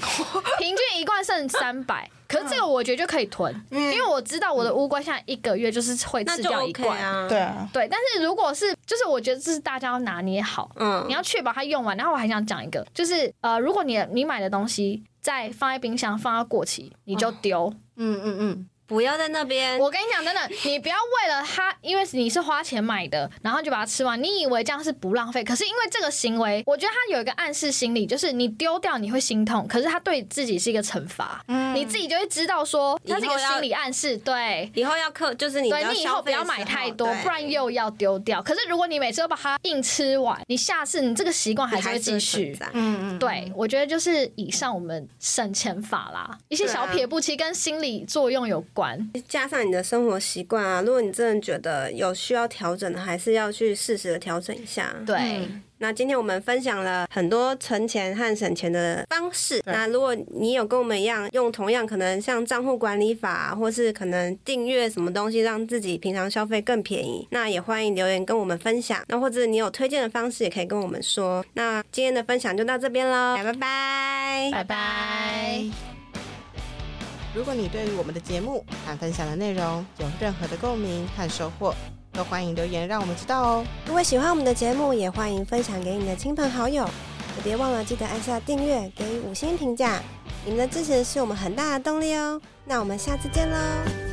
[SPEAKER 3] 平均一罐剩三百。可是这个我觉得就可以囤，因为我知道我的乌龟现在一个月就是会
[SPEAKER 2] 嗯那
[SPEAKER 3] 吃
[SPEAKER 2] 就
[SPEAKER 3] 掉一
[SPEAKER 2] OK
[SPEAKER 3] 罐。
[SPEAKER 2] 啊，
[SPEAKER 1] 对，啊，
[SPEAKER 3] 对，但是如果是就是我觉得这是大家要拿捏好，
[SPEAKER 2] 嗯
[SPEAKER 3] 你，要确保它用完。然后我还想讲一个，就是呃，如果你你买的东西在放在冰箱放到过期，你就丢。
[SPEAKER 1] 嗯嗯嗯，
[SPEAKER 2] 不要在那边，
[SPEAKER 3] 我跟你讲，真的，你不要为了它，因为你是花钱买的，然后就把它吃完，你以为这样是不浪费。可是因为这个行为，我觉得它有一个暗示心理，就是你丢掉你会心痛，可是它对自己是一个惩罚，
[SPEAKER 1] 嗯
[SPEAKER 2] 嗯
[SPEAKER 3] 你自己就会知道说它是一
[SPEAKER 2] 以后
[SPEAKER 3] 个
[SPEAKER 2] 要
[SPEAKER 3] 心理暗示，对。
[SPEAKER 2] 以后要克，就是你
[SPEAKER 3] 对
[SPEAKER 2] 要
[SPEAKER 3] 你以
[SPEAKER 2] 消
[SPEAKER 3] 后不
[SPEAKER 2] 费的
[SPEAKER 3] 要
[SPEAKER 2] 时
[SPEAKER 3] 买
[SPEAKER 2] 候
[SPEAKER 3] 太多，
[SPEAKER 2] 对
[SPEAKER 3] 不然又要丢掉。可是如果你每次都把它硬吃完，你下次你这个习惯还
[SPEAKER 2] 你
[SPEAKER 3] 是
[SPEAKER 2] 还
[SPEAKER 3] 会继
[SPEAKER 2] 是
[SPEAKER 3] 续
[SPEAKER 2] 存。在
[SPEAKER 1] 嗯
[SPEAKER 3] 对，我觉得就是以上我们省钱法啦，一些
[SPEAKER 2] 对啊
[SPEAKER 3] 小撇步其实跟心理作用有关。
[SPEAKER 2] 加上你的生活习惯啊，如果你真的觉得有需要调整的，还是要去适时的调整一下。
[SPEAKER 3] 对，
[SPEAKER 2] 那今天我们分享了很多存钱和省钱的方式。
[SPEAKER 1] 对
[SPEAKER 2] 那如果你有跟我们一样用同样可能像账户管理法啊，或是可能订阅什么东西，让自己平常消费更便宜，那也欢迎留言跟我们分享。那或者你有推荐的方式，也可以跟我们说。那今天的分享就到这边喽，拜拜。
[SPEAKER 3] 拜拜。
[SPEAKER 4] 如果你对于我们的节目和分享的内容有任何的共鸣和收获，都欢迎留言让我们知道哦。
[SPEAKER 2] 如果喜欢我们的节目，也欢迎分享给你的亲朋好友，也别忘了记得按下订阅，给予五星评价。你们的支持是我们很大的动力哦。那我们下次见喽。